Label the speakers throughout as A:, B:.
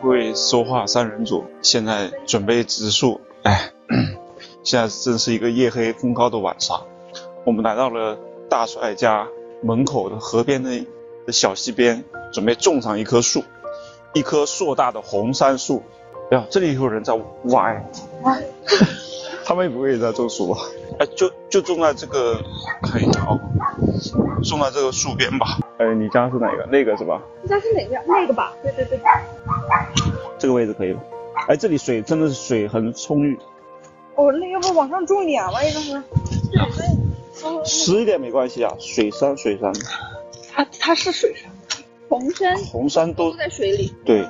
A: 会说话三人组，现在准备植树。哎， 现在正是一个夜黑风高的晚上，我们来到了大帅家门口的河边的小溪边，准备种上一棵树，一棵硕大的红杉树。哎呀，这里有人在挖 哎，他们也不会在种树吧？哎，就就种在这个，看一下啊，种在这个树边吧。哎，你家是哪个？那个是吧？
B: 这家是哪个？那个吧？对对对。
A: 这个位置可以吧？哎，这里水真的是水很充裕，
B: 哦，那要不往上种一点吧？要不是？
A: 湿一点没关系啊。水杉，水杉，
B: 它它是水杉，红杉
A: 红杉都
B: 在水里。
A: 对，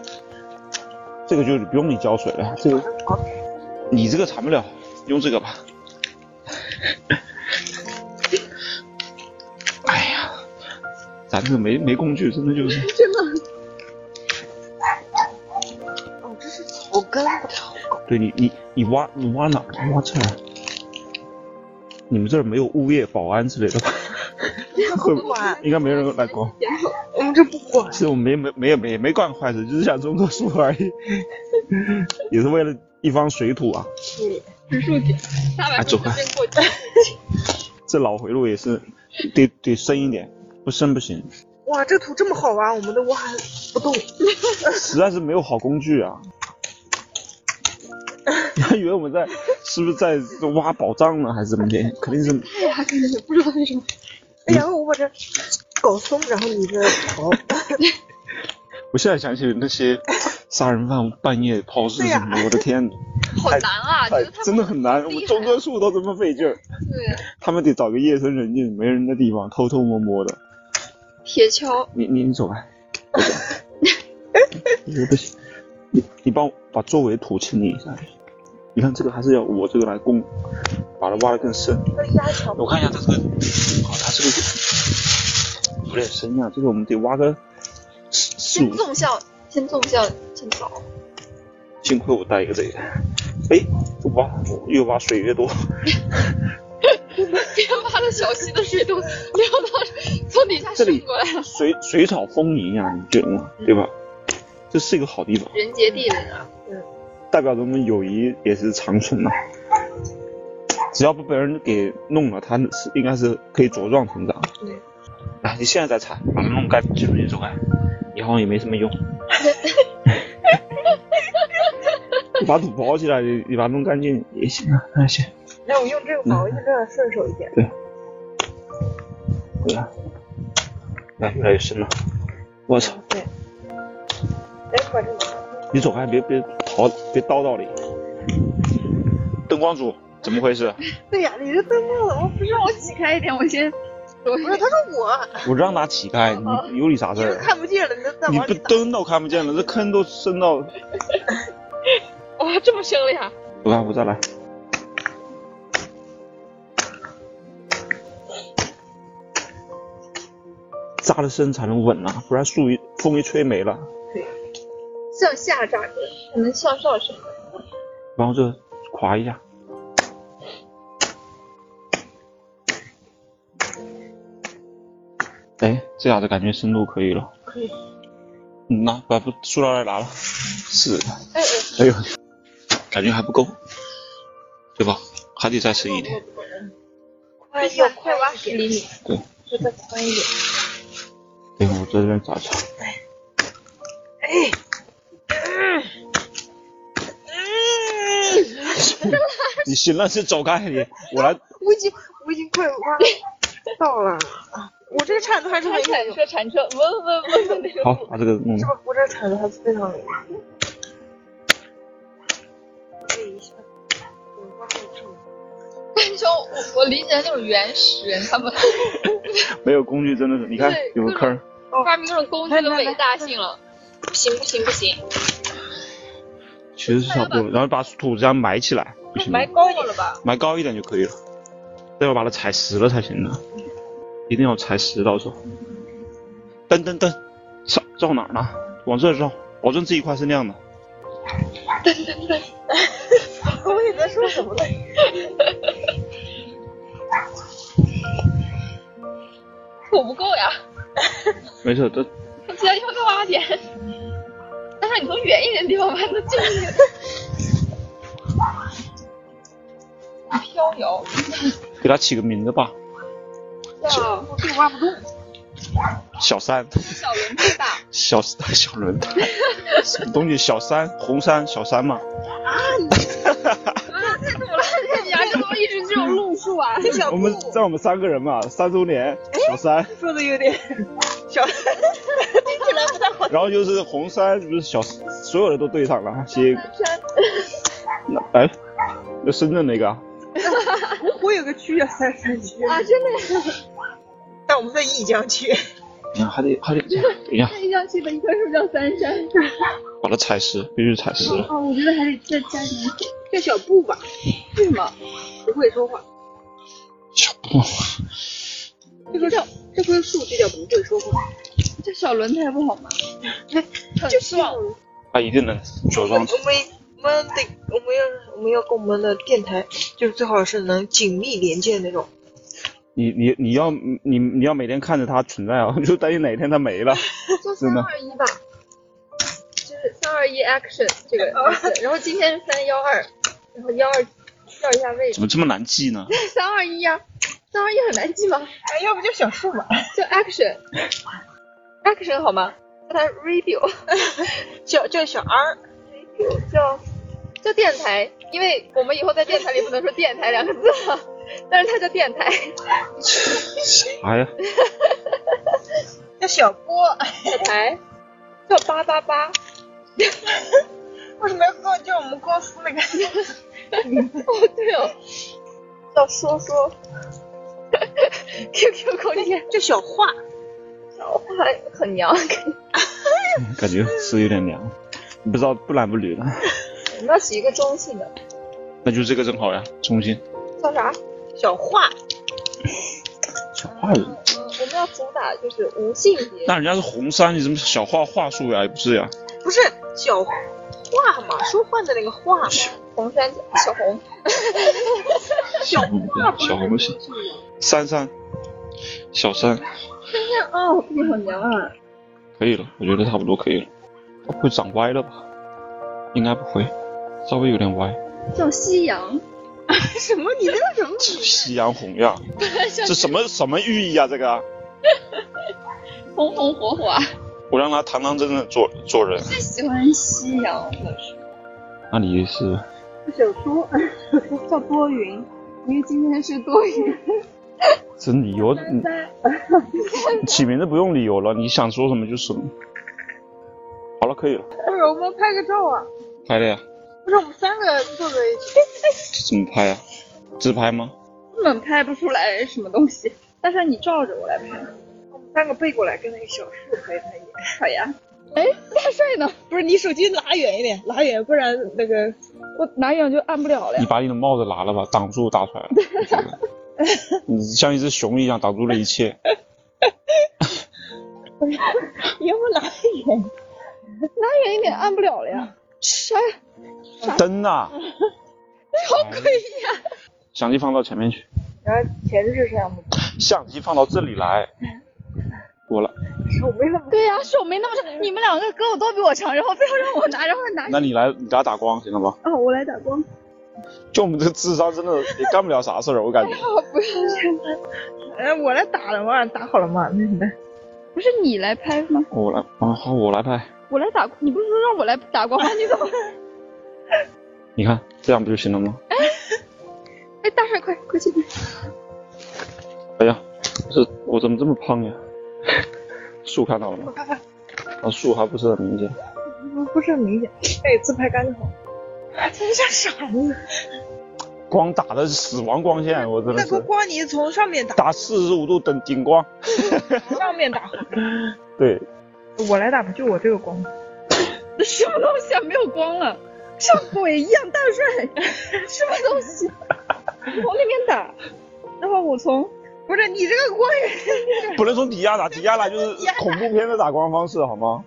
A: 这个就不用你浇水了，这个你这个铲不了，用这个吧。哎呀，咱这没没工具，真的就是
B: 真的。哦，这是草根，
A: 对你你你挖你挖哪儿？挖这儿？你们这儿没有物业保安之类的吧？会不
C: 啊
B: 管
A: 应该没人来管。
B: 我们这不管。
A: 其实我们没没没也没也没干坏事，就是想种棵树而 已，也是为了一方水土啊。
B: 植树节，大
A: 啊
B: 白
A: 走吧
B: 真过去。
A: 这脑回路也是得得深一点，不深不行，
B: 哇，这土这么好玩，我们都挖不动。
A: 实在是没有好工具啊。你还以为我们在是不是在挖宝藏呢，还是怎么的？肯定是
B: 哎呀，真的是不知道为什么。
C: 然后哎我把这搞松，然后你这刨，
A: 我现在想起那些杀人犯半夜抛尸什么的，我的天，
B: 好难啊！
A: 哎
B: 觉得他，
A: 真的很难，我
B: 啊
A: 们种棵树都这么费劲儿，
B: 对
A: 他们得找个夜深人静、没人的地方，偷偷摸摸的。
B: 铁锹，
A: 你你你走吧，我走你不行，你你帮我把周围土清理一下。你看这个还是要我这个来供，把它挖得更深。
C: 压强
A: 我看一下它这个，啊，它这个有点深啊，这个我们得挖个四四
B: 先
A: 五
B: 纵向，先纵向趁 早。
A: 幸亏我带一个这个，哎，这挖越挖水越多，
B: 别挖了小溪的水都流到从底下
A: 这里
B: 渗过来了。嗯
A: 水水草丰盈啊，你觉得吗？对吧？这是一个好地方，
B: 人杰地灵啊！
A: 代表着我们友谊也是长存的。只要不被人给弄了，它是应该是可以茁壮成长。
C: 对。
A: 来，你现在再铲，把它弄干净了，你走开，你好像也没什么用。你把土刨起来，你你把它弄干净也行啊，那行。
C: 那我用这个刨一下，这顺手一点。
A: 对吧？来，越来越深了。我操！
C: 对。哎，把这个
A: 你走开，别别逃，别叨叨你。灯光组怎么回事？
C: 对呀，你这灯泡怎么不是
B: 让我起开一点，我先。我
C: 不是？他说我，
A: 我让他起开，你有你啥
C: 你
A: 事
C: 是
A: 儿？啊
C: 看不见了，你这再
A: 你
C: 往
A: 不
C: 里打。
A: 灯都看不见了，这坑都深到……
B: 哇，这么深了呀！
A: 不看，我再来。扎的深才能稳啊，不然树一风一吹没了。
C: 向下扎根，
B: 我们向上升，
A: 然后就垮一下。哎，这下子感觉深度可以了。
C: 可以。
A: 嗯，拿把不塑料袋拿了，是。
B: 哎
A: 哎呦，感觉还不够，对吧？还得再深一点。
C: 快
B: 要
C: 要
B: 快
C: 快挖
B: 挖十厘米，
A: 对，
C: 这再宽一点。
A: 等会儿我在这边找找。
C: 哎，哎
A: 你行了，就走开你，我 来。
C: 我已经我已经快挖到了，我这个铲子还是没
B: 开铲
C: 有用，
B: 车，铲车，嗡嗡嗡的那
A: 好
B: 种。，
A: 把这个弄
C: 是
A: 了。
C: 吧？我这个铲子还是非常有用。哎一下，我挖到这么
B: 你说我我理解的那种原始人， 他们
A: 没有工具真的是，你看
B: 对
A: 有个坑儿。
B: 发明这种工具的伟大性了。不行不行不行，
A: 其实是差不多了，然后把土这样埋起来，不行吗
B: 埋高了吧？
A: 埋高一啊点就可以了，待会儿把它踩实了才行呢，一定要踩实，到时候。蹬蹬蹬，照照哪儿呢？往这儿照，保证这一块是亮的。
C: 我也在说什么呢？
D: 我不够呀，
A: 没事，这
D: 其他地方多挖点。但是你从远一点的地方挖，那近一点。 飘摇，
A: 给它起个名字吧，
D: 叫
C: 这个挖不动，
A: 小三，
D: 小轮最大。
A: 小小 轮胎，什么东西？小三，红山，小三嘛。
D: 啊，太土了，这牙根都一直这种路数啊。
C: 这小
A: 我们
C: 布
A: 在我们三个人嘛，三周年，
B: 哎
A: 小三，
C: 说的有点 小，听起来不太好。
A: 然后就是红山，不是小，所有的都对上了，写一个，那哎，那深圳那个啊，
C: 芜湖有个区叫三山区，
D: 啊，真的，
C: 但我们在邕江区。
A: 你嗯看还得还得，哎等一下，
D: 看一下去的一棵树叫三山。
A: 把它踩实，必须踩实。
D: 哦，我觉得还得再加点。叫小布吧？为什么？
C: 不会说话，
A: 小布，
C: 这棵树，这棵树就叫不会说话。
D: 叫小轮胎不好吗？
C: 就
D: 很
C: 是
D: 壮
C: 我。们
A: 它哎一定能着装。
C: 我们得我们要我们要跟我们的电台，就是最好是能紧密连接那种。
A: 你你你要你你要每天看着它存在啊， 我就担心哪一天它没了。
D: 就
A: 真
D: 三
A: 的
D: 二一吧，就是三二一 action 这个意思。然后今天是三幺二，然后幺二调一下位置
A: 怎。么这么难记呢？
D: 三二一呀，三二一很难记吗？
C: 哎，要不就小树吧，
D: 叫 action action 好吗？叫它 radio
C: 叫叫小 R，
D: 叫叫电台，因为我们以后在电台里不能说电台两个字了，但是它叫电台。
A: 啥哎呀？
C: 叫小波。
D: 电台叫八八八，
C: 为什么要叫叫我们公司那个？
D: 哦 对哦，叫说说 QQ 空间。
C: 叫小画，
D: 哎我话很娘，
A: 感觉是有点凉，不知道不男不女了。
D: 我们要起一个中性的，
A: 那就这个正好呀，中心。
D: 叫啥？
C: 小画，
A: 小画人，
D: 嗯，我们要主打就是无性别。
A: 那人家是红山，你怎么小画画术呀？也不是呀，
C: 不是小画嘛，说话的那个画嘛。
D: 红山小红，
A: 小红
C: 啊
A: 小红不行，珊珊，小珊，
D: 哦，这个好娘啊！
A: 可以了，我觉得差不多可以了。它不会长歪了吧？应该不会，稍微有点歪。
C: 嗯
D: 叫夕阳，
C: 什么？你那个什么？
A: 夕阳红 呀，
D: 像
A: 这什么什么寓意啊？这个，
D: 红红火火啊！
A: 我让他堂堂正正做做人。
D: 最喜欢夕阳，我是。
A: 那你是
C: 小说叫多云，
D: 因为今天是多云。
A: 真理由， 你起名字不用理由了，你想说什么就什么。好了，可以了，
C: 不哎是我们拍个照啊？
A: 拍了呀，
C: 不是我们三个坐在一起，
A: 这怎么拍呀？自拍吗？
D: 根本拍不出来什么东西，但是你照着我来拍。
C: 我们三个背过来跟那个小树拍拍眼。
D: 好呀。哎，大帅呢？
C: 不是你手机拉远一点，拉远，不然那个
D: 我拿远就按不了了
A: 你
D: 呀。
A: 把你的帽子拿了吧，挡住大帅了。我觉得你像一只熊一样挡住了一切。
C: 也不拉远。
D: 拿远一点按不了了呀。啥呀？
A: 灯 啊！好贵呀！
C: 啊
A: 相机放到前面去，
C: 然后前置摄像头，
A: 相机放到这里 来。我了，
C: 手没那么
D: 对呀、手没那么长，你们两个胳膊都比我长，然后非要让我拿，然后拿
A: 那你来，你打打光行了吧？
D: 啊、我来打光。
A: 就我们这智商，真的也干不了啥事儿，我感觉。
D: 哦，不是，
C: 哎，我来打了嘛，打好了嘛，那你的。
D: 不是你来拍吗？
A: 我来，啊，好，我来拍。
D: 我来打，你不是说让我来打 光吗？你怎么？
A: 你看，这样不就行了吗？
D: 哎，大帅，快快去！
A: 哎呀，这我怎么这么胖呀？树看到了 吗？啊，树还不是很明显。
C: 不不是很明显，哎，自拍杆就好。真像傻子，
A: 光打的死亡光线，我真的
C: 那个
A: 是
C: 光你从上面打，
A: 打四十五度等顶光。
C: 上面打好。
A: 对，
C: 我来打吧，就我这个光。
D: 什么东西啊？没有光了，像鬼一样。大帅，什么东西？你从那边打，然后我从
C: 不是你这个光也
A: 不能从底下打，底下打就是恐怖片的打光方式，好吗？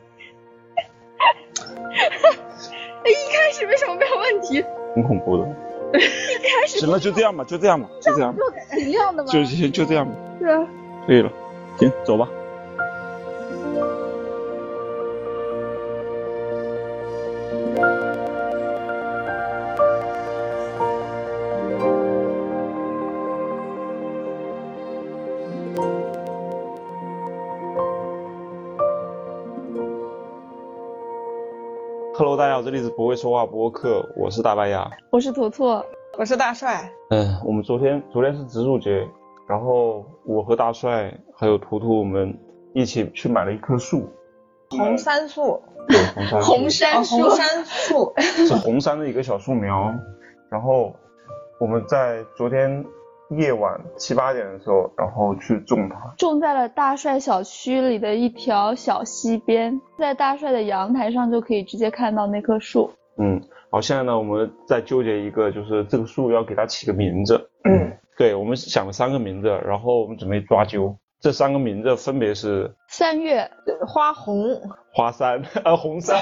E: 哎，一开始为什么没有问题？
A: 很恐怖的。 行了，就这样吧，就这样吧，就这样吧，
D: 就挺亮的嘛。
A: 就就就这样吧，
E: 是啊，
A: 可以了。行，走吧。Hello，大家好，这里是不会说话播客，我是大白牙。
D: 我是坨坨，
C: 我是大帅，
A: 嗯，我们昨天昨天是植树节，然后我和大帅还有图图我们一起去买了一棵树，
C: 红杉树，
A: 对，红杉树
E: 红杉树，
C: 红杉树，
A: 是红杉的一个小树苗。然后我们在昨天夜晚七八点的时候，然后去种它。
D: 种在了大帅小区里的一条小溪边，在大帅的阳台上就可以直接看到那棵树。
A: 嗯，然后现在呢，我们在纠结一个，就是这个树要给它起个名字。
C: 嗯，
A: 对，我们想了三个名字，然后我们准备抓阄。这三个名字分别是
D: 三月，
C: 花红，
A: 花山， 呃，红 山，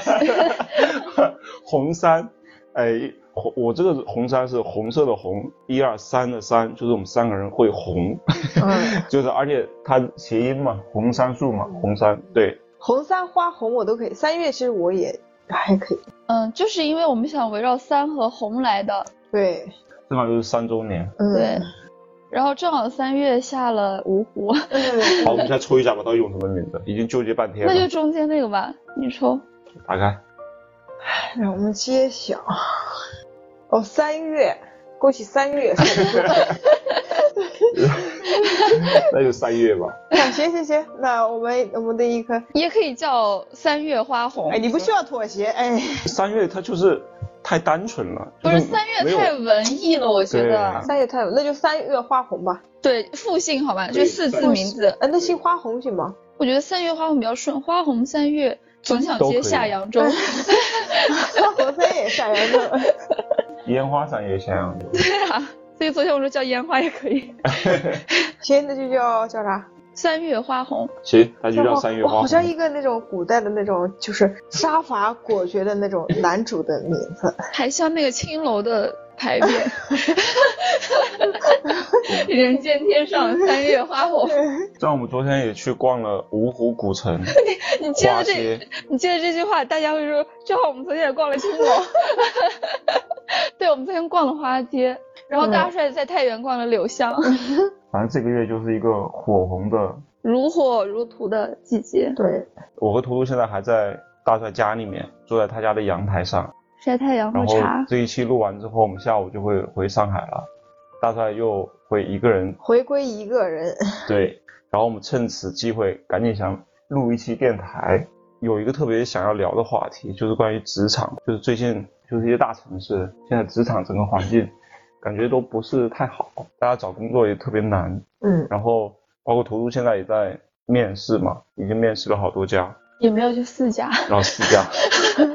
A: 红山，哎，红，我这个红山是红色的红，一二三的三，就是我们三个人会红，
C: 嗯，
A: 就是而且它谐音嘛，红杉树嘛，红杉，对，
C: 红杉花红我都可以，三月其实我也还可以，
D: 嗯，就是因为我们想围绕三和红来的，
C: 对，
A: 正好就是三周年。
C: 嗯，
D: 对。然后正好三月下了芜湖，
C: 嗯
A: 好，我们再抽一下吧，到底用什么名字？已经纠结半天
D: 那就
A: 了。
D: 中间那个吧，你抽。
A: 打开，
C: 让我们揭晓。哦，三月，过去三月是吧
A: 那就三月吧。
C: 啊行行行，那我们我们的一颗，
D: 也可以叫三月花红。
C: 哎，你不需要妥协，哎，
A: 三月它就是太单纯了，
D: 不
A: 就是
D: 三
A: 没
D: 月
A: 有
D: 太文艺了，我觉得。
A: 对
C: 三月太有，那就三月花红吧。
D: 对，复姓好吧，
A: 对
D: 就四字名字。
C: 哎，那姓花红行吗？
D: 我觉得三月花红比较顺，花红三月，总想
A: 都可以
D: 接下 扬州。
C: 花红三月下扬州。
A: 烟花三月香。
D: 对啊，所以昨天我说叫烟花也可以。
C: 行，那就叫叫啥？
D: 三月花红，
A: 行，那就叫三月
C: 我
D: 哦
A: 花
C: 好像
A: 红。
C: 一个那种古代的那种，就是杀伐果决的那种男主的名字。
D: 还像那个青楼的牌 匾。 人间天上三月花红，
A: 像我们昨天也去逛了芜湖古城，
D: 你接
A: 花
D: 着这，
A: 街，
D: 你接着这句话，大家会说，正好我们昨天也逛了青楼。 对，我们昨天逛了花街，然后
A: 嗯
D: 大帅在太原逛了柳巷，
A: 反正这个月就是一个火红的。
D: 如火如荼的季节，
C: 对，
A: 我和图图现在还在大帅家里面，坐在他家的阳台上。
D: 晒太阳喝
A: 然后
D: 茶。
A: 这一期录完之后，我们下午就会回上海了。大帅又会一个人
C: 回归一个人。
A: 对，然后我们趁此机会赶紧想录一期电台，有一个特别想要聊的话题，就是关于职场，就是最近就是一些大城市现在职场整个环境感觉都不是太好，大家找工作也特别难，
C: 嗯，
A: 然后包括图图现在也在面试嘛，已经面试了好多家，
D: 也没有去四家，
A: 然后四 家，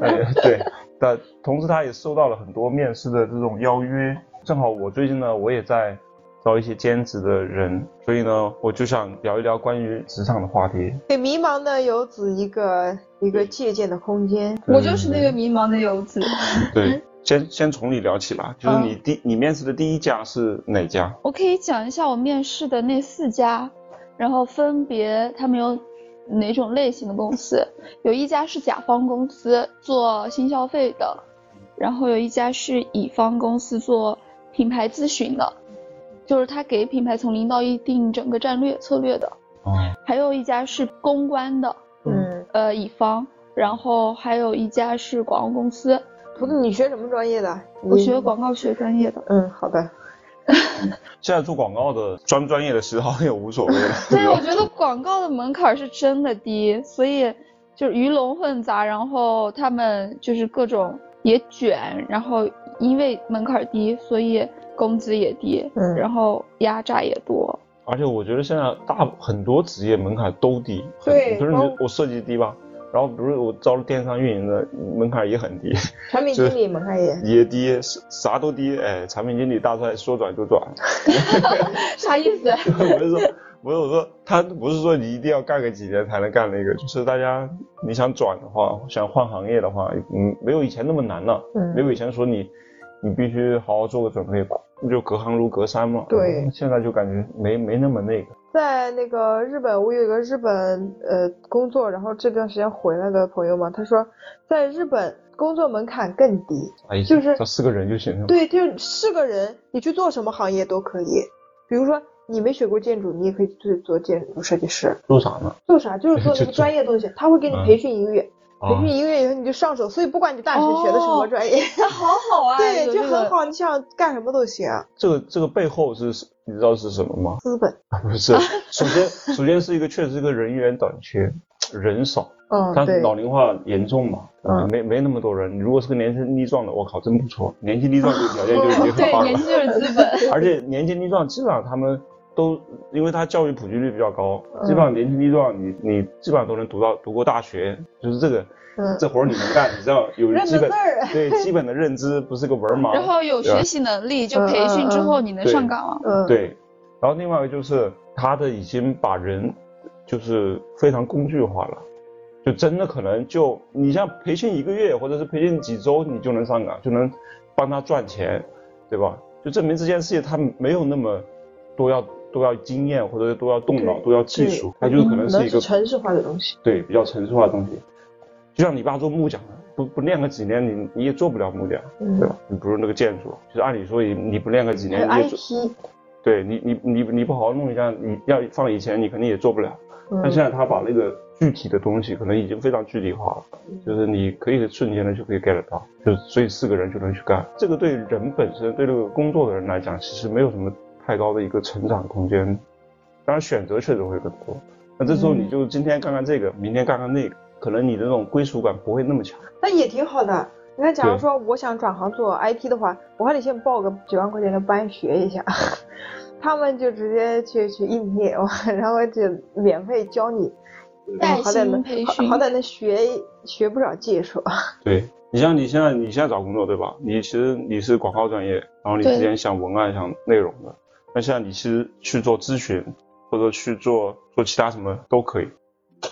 A: 哎对，但同时他也收到了很多面试的这种邀约。正好我最近呢，我也在招一些兼职的人，所以呢，我就想聊一聊关于职场的话题。
C: 给迷茫的游子一个一个借鉴的空间。嗯
D: 我就是那个嗯迷茫的游子。
A: 嗯对，先先从你聊起吧，就是
D: 嗯
A: 你第、你面试的第一家是哪家？
D: 我可以讲一下我面试的那四家，然后分别他们有哪种类型的公司。有一家是甲方公司做新消费的，然后有一家是乙方公司做品牌咨询的，就是他给品牌从零到一定整个战略策略的。
A: 哦，
D: 还有一家是公关的，
C: 嗯，
D: 呃，乙方，然后还有一家是广告公司。
C: 图图，你学什么专业的？
D: 我
C: 你
D: 学。广告学专业的，
C: 嗯，好的。
A: 现在做广告的专不专业的其实 好像也无所谓了。
D: 对，我觉得广告的门槛是真的低，所以就是鱼龙混杂，然后他们就是各种也卷，然后因为门槛低，所以工资也低，
C: 嗯
D: 然后压榨也多。
A: 而且我觉得现在大很多职业门槛都低，
C: 对
A: 就是
C: 包
A: 我设计低吧，然后比如我招了电商运营的，门槛也很低，
C: 产品经理门槛也
A: 也低，啥都低。哎，产品经理大帅说转就 转。
D: 啥意思？
A: 我是说，不是我说，他不是说你一定要干个几年才能干那个，就是大家你想转的话，想换行业的话，嗯，没有以前那么难了，
C: 嗯
A: 没有以前说你你必须好好做个准备，就隔行如隔山嘛。
C: 对
A: 现在就感觉没没那么那个。
C: 在那个日本，我有一个日本呃工作，然后这段时间回来的朋友嘛，他说在日本工作门槛更低，
A: 哎呀，
C: 就是
A: 这四个人就行了。
C: 对，就是是个人，你去做什么行业都可以。比如说你没学过建筑，你也可以去做建筑设计师，
A: 做啥呢？
C: 做啥就是做
A: 就
C: 那
A: 就
C: 个专业东西，他会给你
A: 嗯
C: 培训一个月，培
A: 啊
C: 训一个月以后你就上手，所以不管你大学学的什么
D: 哦
C: 专业，
D: 那好好啊，
C: 对，
D: 有
C: 就
D: 这个
C: 很。好，你想干什么都行，
A: 这个这个背后是你知道是什么吗？
C: 资本，
A: 不 是，首先首先是一个确实是个人员短缺，人少，
C: 嗯，
A: 他
C: 对，
A: 老龄化严重嘛，
C: 嗯
A: 没没那么多人。你如果是个年轻力壮的，我靠，真不错，年轻力壮这 个条件就已经很
D: 对，
A: 棒了
D: 年。轻就是资 本。
A: 而且年轻力壮基本上他们都，因为他教育普及率比较高，
C: 嗯
A: 基本上年轻力壮你你基本上都能读到读过大学，就是这个
C: 嗯，
A: 这活儿你能干，你知道有
C: 认
A: 基
C: 得
A: 本
C: 字儿，
A: 对基本的认知，不是个文 盲。
D: 然后有
A: 对吧
D: 学习能力，就培训之
A: 嗯
D: 后你能上岗啊了。
C: 嗯，，
A: 对，然后另外一个就是他的已经把人就是非常工具化了，就真的可能就你像培训一个月或者是培训几周，你就能上岗，就能帮他赚钱，对吧？就证明这件事情他没有那么多要都要经验或者是都要动脑
C: 对
A: 都要技
C: 对嗯
A: 术，他就是可能是一个
C: 城市化的东西，
A: 对比较成熟化的东西。就像你爸做木匠的，不不练个几年你你也做不了木匠，
C: 嗯
A: 对吧？你比如那个建筑，就是按理说你你不练个几
C: 还
A: 年
C: 有
A: 你也做。
C: IT，
A: 对你，你你你不好好弄一下，你要放以前你肯定也做不了。但
C: 嗯
A: 现在他把那个具体的东西可能已经非常具体化了，就是你可以瞬间的就可以 get 得到，就所以四个人就能去干。这个对人本身对这个工作的人来讲，其实没有什么太高的一个成长空间。当然选择确实会更多，那这时候你就今天干干这个，明天干干那个，可能你的那种归属感不会那么强。
C: 那也挺好的。你看，假如
A: 对
C: 说我想转行做 IT 的话，我还得先报个几万块钱的班学一下， 他们就直接去去应聘，然后就免费教你，
D: 带
C: 嗯好歹
D: 薪
C: 能
D: 培
C: 好
D: 训
C: 好歹能学学不少技术。
A: 对你像你现在你现在找工作对吧？你其实你是广告专业，然后你
D: 对
A: 之前想文案想内容的，那现在你其实去做咨询或者去做做其他什么都可以。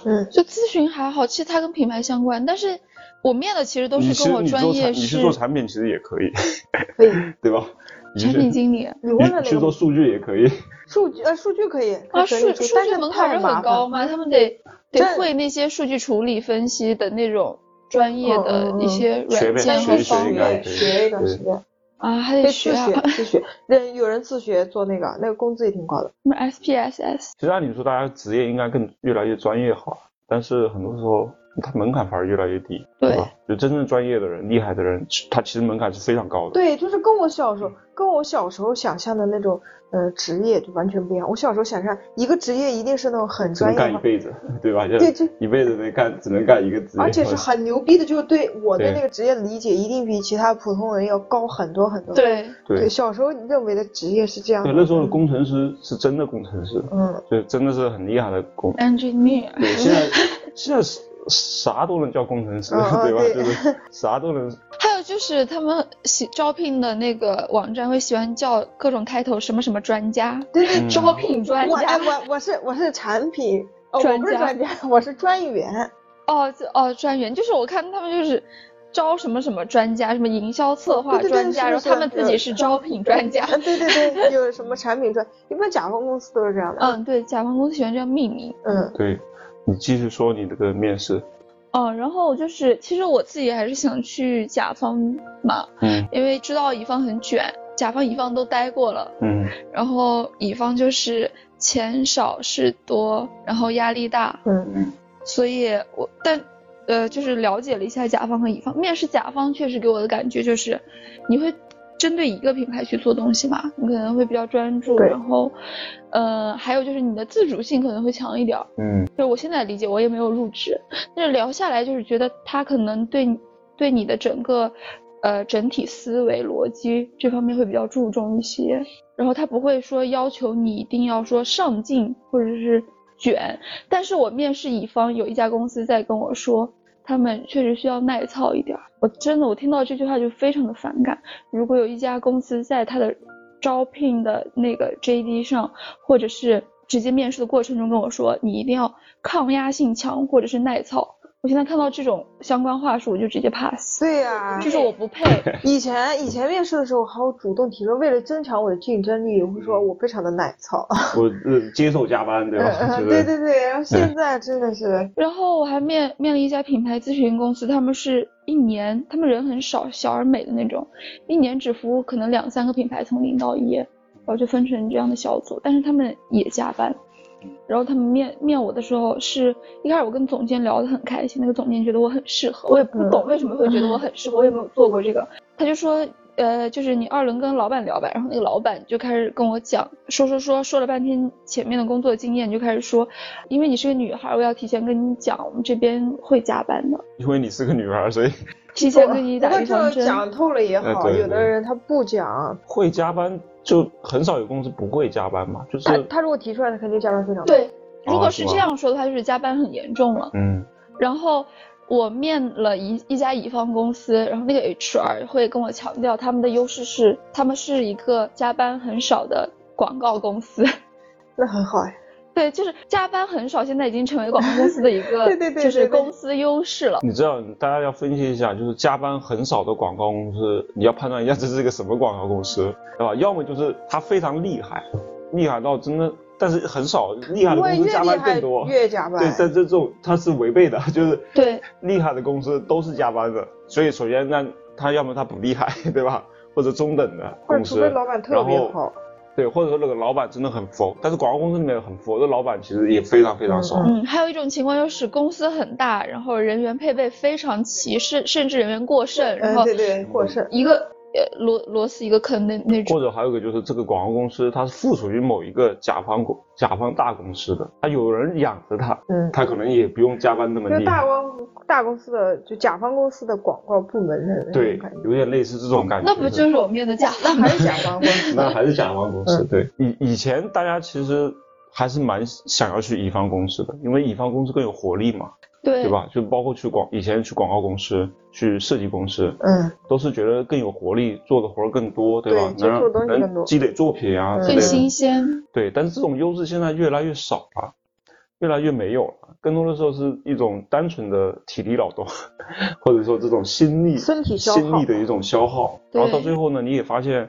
C: 嗯，
D: 就咨询还好，其实它跟品牌相关，但是我面的其实都
A: 你
D: 是
A: 其
D: 跟
A: 实
D: 我
A: 你
D: 专
A: 做
D: 业
A: 产你去做
D: 是
A: 产品其实也可以，
C: 可以。
A: 对吧？你
D: 产
A: 去
D: 品经理啊
C: 你
A: 你
C: 问了
A: 去
C: 那
A: 做
C: 个
A: 数据也可以，
C: 数据呃数据可以
D: 啊，
C: 可以
D: 数
C: 可以
D: 数
C: 但
D: 据
C: 是
D: 门槛
C: 太
D: 是
C: 麻
D: 很
C: 烦
D: 高吗？他们得得
C: 这
D: 会那些数据处理、分析的那种专业的
C: 嗯嗯嗯
D: 一些
A: 学呗
D: 软
C: 但
D: 件
A: 学
D: 和
A: 一学
D: 方
A: 应
D: 面
A: 该
C: 学
A: 可以
C: 学一段时
A: 对
C: 间，
D: 啊，还
C: 可
D: 得
C: 以
D: 学
C: 自
D: 啊，
C: 学自学。人有人自学做那个，那个工资也挺高的。
D: 什么 SPSS，
A: 其实按理说大家职业应该更越来越专业化，但是很多时候它门槛反而越来越低，
D: 对
A: 吧？就真正专业的人、厉害的人，他其实门槛是非常高的。
C: 对，就是跟我小
A: 嗯
C: 时候跟我小时候想象的那种呃职业就完全不一样。我小时候想象一个职业一定是那种很
A: 只
C: 专
A: 能
C: 业
A: 干
C: 化
A: 一辈子，对吧？
C: 对就
A: 一辈子能干，只能干一个职业，
C: 而且是很牛逼的，就是对我对
A: 对
C: 那个职业的理解一定比其他普通人要高很多很多。
D: 对，
A: 对
C: 小时候你认为的职业是这样的
A: 对，。那时候的工程师是真的工程师，
C: 嗯，
A: 就真的是很厉害的工。
C: 哎
D: engineer，
A: 对，现在现在是啥都能叫工程师，
C: 嗯嗯
A: 对吧？
C: 对
A: 就是啥都能。
D: 还有就是他们喜招聘的那个网站会喜欢叫各种开头什么什么专家，
C: 对对
A: 嗯
D: 招聘专
C: 我哎
D: 家，
C: 我我是我是产品，哦，我
D: 专
C: 不是
D: 家
C: 专家，我是专 员。
D: 哦就哦专员，就是我看他们就是。招什么什么专家，什么营销策划
C: 对对对
D: 专家，
C: 是
D: 然后他
C: 是
D: 们自
C: 是
D: 己是招聘专家。
C: 啊， 对对对，有什么产品专，一般甲方公司都是这样的。
D: 嗯，对，甲方公司喜欢这样命名。
C: 嗯
A: 对，你继续说你这个面试。
D: 哦，然后就是，其实我自己还是想去甲方嘛，
A: 嗯
D: 因为知道乙方很卷，甲方乙方都待过了，
A: 嗯
D: 然后乙方就是钱少事多，然后压力大，
C: 嗯
D: 所以我但呃就是了解了一下甲方和乙方，面试甲方确实给我的感觉就是，你会针对一个品牌去做东西嘛，你可能会比较专注，
C: 对
D: 然后呃还有就是你的自主性可能会强一点儿。
A: 嗯，
D: 就我现在理解，我也没有入职，但是聊下来就是觉得他可能对你对你的整个呃整体思维逻辑这方面会比较注重一些，然后他不会说要求你一定要说上进或者是卷。但是我面试乙方有一家公司在跟我说，他们确实需要耐操一点儿。我真的我听到这句话就非常的反感。如果有一家公司在它的招聘的那个 JD 上，或者是直接面试的过程中跟我说，你一定要抗压性强或者是耐操。我现在看到这种相关话术，我就直接 pass，
C: 对呀、
D: 就是我不配。
C: 以前以前面试的时候，我还有主动提出，为了增强我的竞争力，我会
A: 嗯
C: 说我非常的耐操。
F: 我呃接受加班，对吧？觉
C: 嗯 对
F: 得
C: 对对，然后现在真的 是，
D: 然后我还面面了一家品牌咨询公司，他们是一年，他们人很少，小而美的那种，一年只服务可能两三个品牌，从零到一，然后就分成这样的小组，但是他们也加班。
C: 嗯
D: 然后他们面面我的时候是，一开始我跟总监聊得很开心，那个总监觉得我很适合，我也不懂为什么会觉得我很适合，我也没有做过这个，他就说，呃，就是你二轮跟老板聊吧，然后那个老板就开始跟我讲，说说说说了半天前面的工作经验，就开始说，因为你是个女孩，我要提前跟你讲，我们这边会加班的，
A: 因为你是个女孩，所以
D: 提前跟你
C: 不
D: 打
C: 过
D: 预
C: 这
D: 防
C: 个
D: 针。
C: 讲透了也
A: 哎
C: 好，
A: 对
C: 有的
A: 对
C: 人他不讲，
A: 会加班就很少有公司不会加班嘛，就
C: 他
A: 是
C: 他如果提出来，他肯定加班非常多。
D: 对，
C: 哦
D: 如果是
A: 是吧
D: 这样说的话，就是加班很严重了。
A: 嗯
D: 然后我面了一一家乙方公司，然后那个 HR 会跟我强调他们的优势是他们是一个加班很少的广告公司。
C: 那很好哎。
D: 对，就是加班很少，现在已经成为广告公司的一个，
C: 对对对
D: 就是
C: 对对
D: 公司优势了。
A: 你知道，大家要分析一下，就是加班很少的广告公司，你要判断一下这是一个什么广告公司，对吧？要么就是它非常厉害，厉害到真的，但是很少厉害的
C: 不
A: 公
C: 会
A: 司
C: 越
A: 加
C: 厉
A: 班
C: 害
A: 更多。
C: 越加班。
A: 对，但这种它是违背的， 就是
D: 对
A: 厉害的公司都是加班的，所以首先那他要么他不厉害， 对吧？或者中等的
C: 或
A: 公
C: 者除
A: 司，
C: 非老板特别
A: 然
C: 好
A: 后，对，或者说那个老板真的很佛，但是广告公司里面很佛的老板其实也非常非常少。
C: 嗯
D: 嗯，还有一种情况就是公司很大，然后人员配备非常齐，甚甚至人员过剩，然
C: 嗯，
D: 后
C: 对对，获胜。
D: 一个呃螺螺丝一个坑那那种。
A: 或者还有一个就是这个广告公司，它是附属于某一个甲方公甲方大公司的，它有人养着它，
C: 嗯，
A: 它可能也不用加班那么
C: 就
A: 厉
C: 大
A: 害。
C: 公大公司的，就甲方公司的广告部门的那
A: 对
C: 种感，觉，
A: 有点类似这种感觉。
D: 那不就是我面的甲方吗
C: 还？是甲方公司。
F: 那还是甲方公
C: 嗯
F: 司，对，
A: 以以前大家其实还是蛮想要去乙方公司的，因为乙方公司更有活力嘛，
D: 对
A: 对？吧？就包括去广以前去广告公司、去设计公司，
C: 嗯，
A: 都是觉得更有活力，做的活儿更多，对吧？
C: 对接触的东西
A: 能
C: 更
A: 能
C: 多
A: 积累作品啊
C: 嗯
A: 之类
D: 最
A: 的。
D: 新鲜，
A: 对，但是这种优势现在越来越少了，越来越没有了。更多的时候是一种单纯的体力劳动， 或者说这种心力、
C: 身体消耗
A: 心力的一种消耗。然后到
D: 对
A: 最后呢，你也发现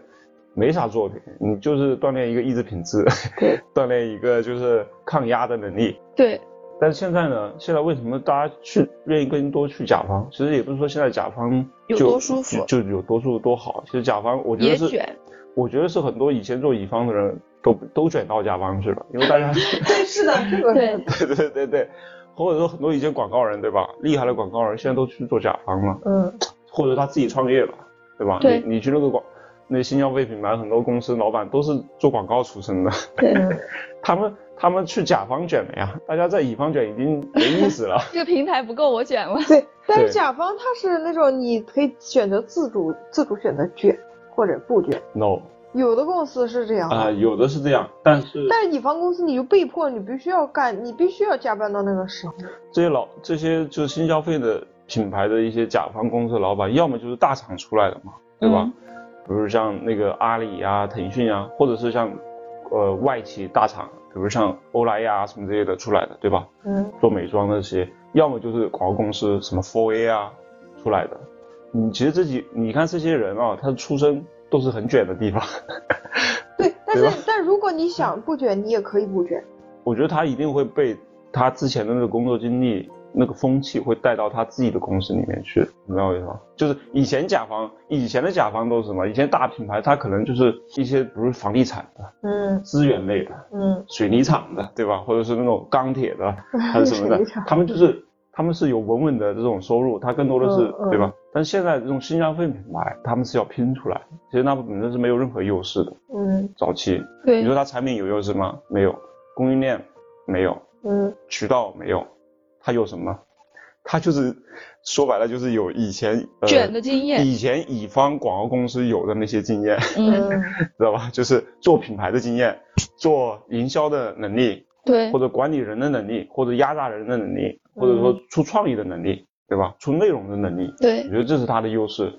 A: 没啥作品，你就是锻炼一个意志品质，
C: 对，
A: 锻炼一个就是抗压的能力。
D: 对
A: 但是现在呢，现在为什么大家去愿意更多去甲方？其实也不是说现在甲方
D: 有
A: 就
D: 多舒服
A: 就就有多舒服多好。其实甲方，我觉
D: 也
A: 得是
D: 卷，
A: 我觉得是很多以前做乙方的人都都卷到甲方去了，因为大家
C: 对，是的，这个
D: 对，
A: 对对对对，或者说很多以前广告人对吧，厉害的广告人现在都去做甲方了，
C: 嗯，
A: 或者他自己创业了，对吧？
D: 对
A: 你你去那个广那新消费品牌，很多公司老板都是做广告出身的，
D: 对，啊
A: 他们他们去甲方卷了呀，大家在乙方卷已经没意思了。
D: 这个平台不够我卷了。
C: 对。但
A: 对
C: 是甲方他是那种你可以选择自主自主选择卷或者不卷，
A: no
C: 有的公司是这样的
A: 啊、有的是这样，但是
C: 但是乙方公司你就被迫你必须要干，你必须要加班到那个时候。
A: 这些老这些就是新消费的品牌的一些甲方公司的老板，要么就是大厂出来的嘛，对吧？
D: 嗯
A: 比如像那个阿里啊、腾讯啊，或者是像呃外企大厂，比如像欧莱雅啊什么之类的出来的，对吧？
C: 嗯，
A: 做美妆的这些，要么就是广告公司什么 4A 啊出来的。你其实自己你看这些人啊，他出身都是很卷的地方，
C: 对。但
A: 对吧
C: 是但如果你想不卷，你也可以不卷。
A: 我觉得他一定会被他之前的那个工作经历、那个风气会带到他自己的公司里面去，你知道为什么？就是以前甲方，以前的甲方都是什么？以前大品牌，它可能就是一些不是房地产的、
C: 嗯
A: 资源类的、
C: 嗯，
A: 水泥厂的，对吧？或者是那种钢铁 的还是什么
C: 水
A: 的
C: 泥厂，
A: 他们就是他们是有稳稳的这种收入，他更多的是、
C: 嗯嗯
A: 对吧？但现在这种新消费品牌，他们是要拼出来的，其实他们本身是没有任何优势的。
C: 嗯
A: 早期你
D: 对
A: 说它产品有优势吗？没有，供应链没有，
C: 嗯，
A: 渠道没有，它有什么？它就是说白了就是有以前、呃、
D: 卷的经验
A: 以前乙方广告公司有的那些经验，
D: 嗯，
A: 知道吧？就是做品牌的经验，做营销的能力，
D: 对
A: 或，者管理人的能力，或者压榨人的能力，或者
D: 嗯
A: 说出创意的能力，对吧？出内容的能力，我
D: 对，
A: 觉得这是他的优势。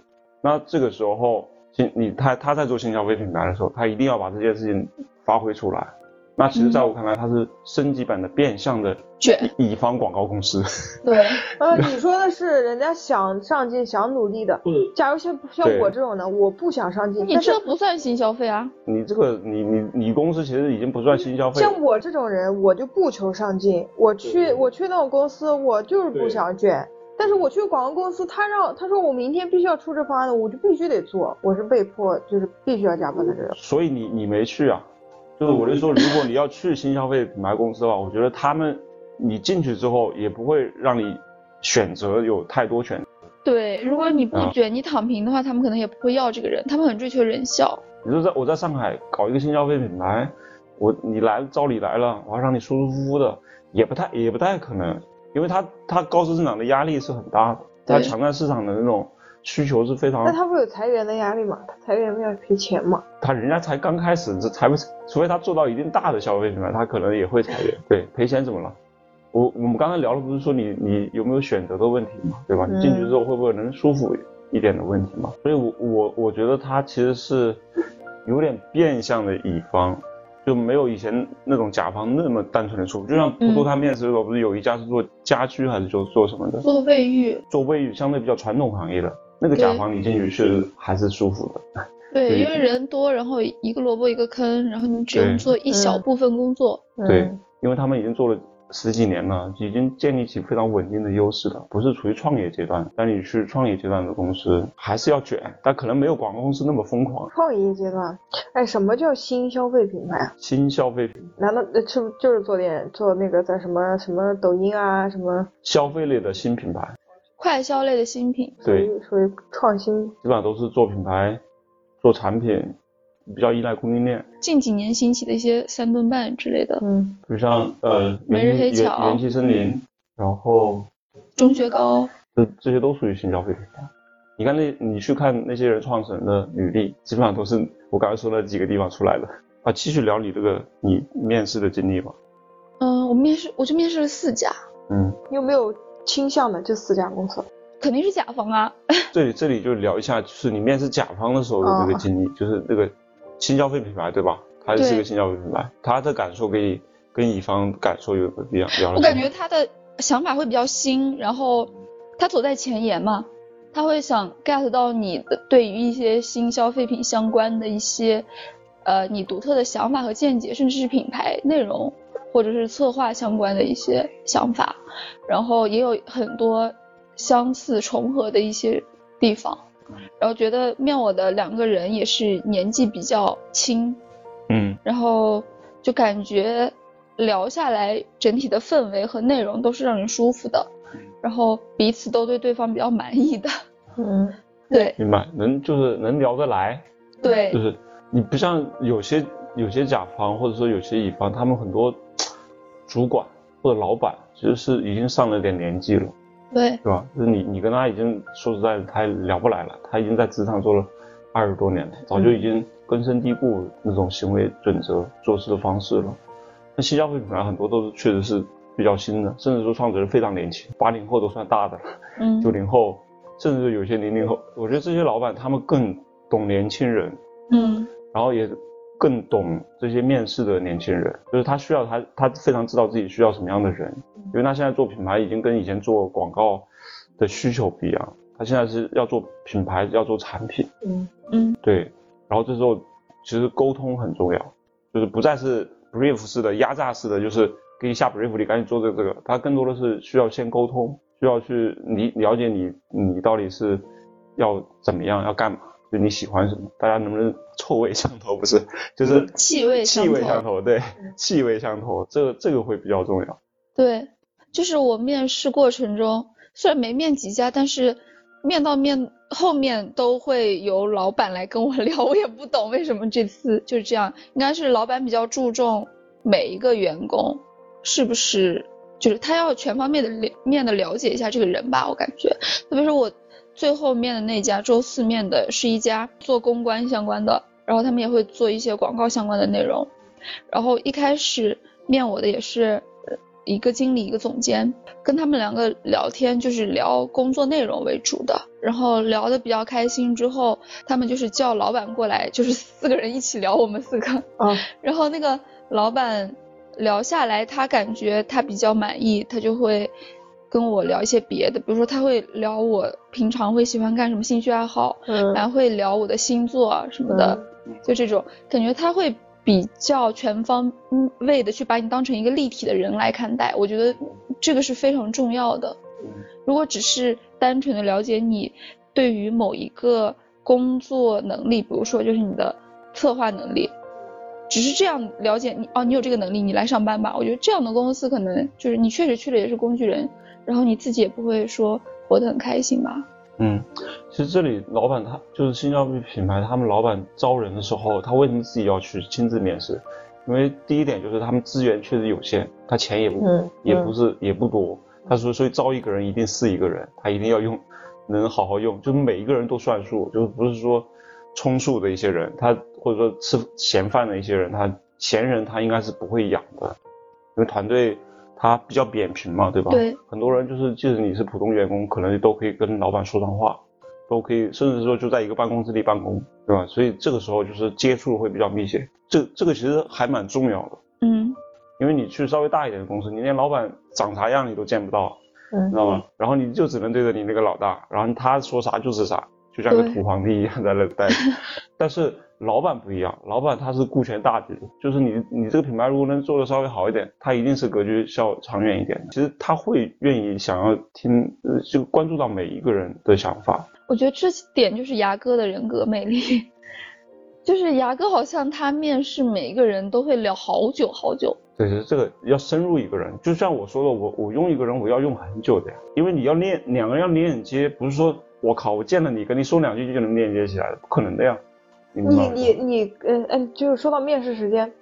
A: 那这个时候，新你他他在做新消费品牌的时候，他一定要把这件事情发挥出来。那其实，
D: 嗯
A: 在我看来，它是升级版的变相的
D: 卷，
A: 乙方广告公司。
D: 对，
C: 呃，你说的是人家想上进、想努力的。
G: 或者
C: 假如像像
A: 嗯对
C: 我这种的，我不想上进，
D: 你
C: 但是
D: 这不算新消费啊，
A: 你这个，你你你公司其实已经不算新消费了，
C: 像我这种人，我就不求上进，我去
G: 对
C: 我去那种公司，我就是不
G: 对
C: 想卷。但是我去广告公司，他让他说我明天必须要出这方案的，我就必须得做，我是被迫就是必须要加班的这种。
A: 所以你你没去啊。就是我就说，如果你要去新消费品牌公司的话，我觉得他们你进去之后也不会让你选择有太多选择。
D: 对，如果你不
A: 啊
D: 卷，你躺平的话，他们可能也不会要这个人，他们很追求人效，
A: 你说在我在上海搞一个新消费品牌，我你来照你来了，我要让你舒舒服服的，也不太也不太可能，因为他他高市场的压力是很大的，他
D: 对
A: 抢占市场的那种需求是非
G: 嗯
A: 常
C: 那，他不有裁员的压力吗？他裁员不要赔钱吗？
A: 他人家才刚开始，这才不除非他做到一定大的消费品牌，他可能也会裁员，对，赔钱怎么了？我我们刚才聊的不是说你你有没有选择的问题嘛，对吧？
C: 嗯
A: 你进去之后会不会能舒服一点的问题嘛？所以我我我觉得他其实是有点变相的乙方，就没有以前那种甲方那么单纯的出。就像
D: 嗯
A: 图图他面试的时候，不是有一家是做家居还是做做什么的，
D: 做卫浴，
A: 做卫浴相对比较传统行业的那个甲
D: 对
A: 方，你进去是还是舒服的。
D: 对，
A: 对
D: 因为人多，然后一个萝卜一个坑，然后你只
A: 对
D: 用做一小
C: 嗯
D: 部分工作，
A: 对
C: 嗯，
A: 因为他们已经做了十几年了，已经建立起非常稳定的优势了，不是处于创业阶段。但你去创业阶段的公司，还是要卷，但可能没有广告公司那么疯狂。
C: 创业阶段，哎，什么叫新消费品牌啊？
A: 新消费品、
C: 难道呃是不就是做点做那个在什么什么抖音啊什么？
A: 消费类的新品牌，
D: 快消类的新品，
C: 属
A: 对
C: 于属于创新
A: 基本上都是做品牌、做产品，比较依赖供应链。
D: 近几年兴起的一些三顿半之类的，
C: 嗯，
A: 比如像呃
D: 每日
A: 元
D: 黑
A: 气元
D: 巧嗯
A: 元气森林，然后
D: 钟薛高，
A: 这这些都属于新消费品牌。你看那，你去看那些人创始人的履历，基本上都是我刚才说的几个地方出来的。啊，继续聊你这个你面试的经历吧。
D: 嗯，我面试我就面试了四家，
A: 嗯，
C: 你有没有倾向的这四家公司？
D: 肯定是甲方啊，
A: 这里这里就聊一下，就是你面试甲方的时候的这个经历，就是那个新消费品牌对吧？它是
D: 哦对
A: 个新消费品牌，它的感受跟你跟乙方感受有不一样。聊了什么
D: 我感觉他的想法会比较新，然后他走在前沿嘛，他会想 get 到你的对于一些新消费品相关的一些，呃，你独特的想法和见解，甚至是品牌内容或者是策划相关的一些想法，然后也有很多相似重合的一些地方，然后觉得面我的两个人也是年纪比较轻，
A: 嗯，
D: 然后就感觉聊下来整体的氛围和内容都是让人舒服的，然后彼此都对对方比较满意的。
C: 嗯，
D: 对
A: 明白，能就是能聊得来，
D: 对
A: 就是你不像有些有些甲方或者说有些乙方，他们很多主管或者老板其实是已经上了点年纪了，
D: 对
A: 对吧？就是你你跟他已经说实在的，他也聊不来了，他已经在职场做了二十多年了，早就已经根深蒂固那种行为准则、做事的方式了。那新消费品牌很多都是确实是比较新的，甚至说创始人非常年轻，八零后都算大的了。
D: 嗯
A: 九，零后，甚至有些零零后，我觉得这些老板他们更懂年轻人，
D: 嗯，
A: 然后也更懂这些面试的年轻人，就是他需要他他非常知道自己需要什么样的人，因为他现在做品牌已经跟以前做广告的需求不一样，他现在是要做品牌，要做产品，
C: 嗯
D: 嗯，
A: 对，然后这时候其实沟通很重要，就是不再是 brief 式的压榨式的，就是给你下 brief，你赶紧做这个这个，它更多的是需要先沟通，需要去你了解你你到底是要怎么样，要干嘛，就你喜欢什么，大家能不能臭味相投？不是，就是
D: 气味相
A: 气味相
D: 投。嗯
A: 投，对，气味相投，这个这个会比较重要。
D: 对，就是我面试过程中，虽然没面几家，但是面到面后面都会由老板来跟我 聊，我也不懂为什么这次就是这样，应该是老板比较注重每一个员工是不是，就是他要全方面的了面的了解一下这个人吧，我感觉，特别是我最后面的那家，周四面的是一家做公关相关的，然后他们也会做一些广告相关的内容，然后一开始面我的也是呃一个经理一个总监，跟他们两个聊天就是聊工作内容为主的，然后聊得比较开心之后，他们就是叫老板过来，就是 四个人一起聊我们四个，
C: 啊，
D: 然后那个老板聊下来，他感觉他比较满意，他就会跟我聊一些别的，比如说他会聊我平常会喜欢干什么兴趣爱好，
C: 嗯
D: 然后会聊我的星座啊什么的，就这种感觉他会比较全方嗯位的去把你当成一个立体的人来看待，我觉得这个是非常重要的。如果只是单纯的了解你对于某一个工作能力，比如说就是你的策划能力，只是这样了解你哦，你有这个能力，你来上班吧。我觉得这样的公司可能就是你确实去了也是工具人，然后你自己也不会说活得很开心吧。
A: 嗯，其实这里老板他就是性价比品牌，他们老板招人的时候，他为什么自己要去亲自面试？因为第一点就是他们资源确实有限，他钱也不、
C: 嗯
A: 也不是也不多。他说，所以招一个人一定是一个人，他一定要用，能好好用，就是每一个人都算数，就是不是说充数的一些人，他或者说吃闲饭的一些人，他闲人他应该是不会养的，因为团队他比较扁平嘛，对吧？
D: 对，
A: 很多人就是即使你是普通员工，可能都可以跟老板说上话，都可以，甚至说就在一个办公室里办公，对吧？所以这个时候就是接触会比较密切，这这个其实还蛮重要的。
D: 嗯，
A: 因为你去稍微大一点的公司，你连老板长啥样你都见不到，
C: 嗯
A: 你知道吗？然后你就只能对着你那个老大，然后他说啥就是啥，就像个
D: 对
A: 土皇帝一样在那待着。但是老板不一样，老板他是顾全大局，就是你你这个品牌如果能做的稍微好一点，他一定是格局效长远一点的。其实他会愿意想要听，呃就关注到每一个人的想法。
D: 我觉得这点就是牙哥的人格魅力， 就是牙哥好像他面试每一个人都会聊好久好久。
A: 对，就是这个要深入一个人，就像我说的，我我用一个人，我要用很久的呀，因为你要链两个人要链接，不是说我靠，我见了你跟你说两句就能链接起来，不可能的呀。你明白
C: 你
A: 吗
C: 你你，嗯嗯，就是说到面试时间，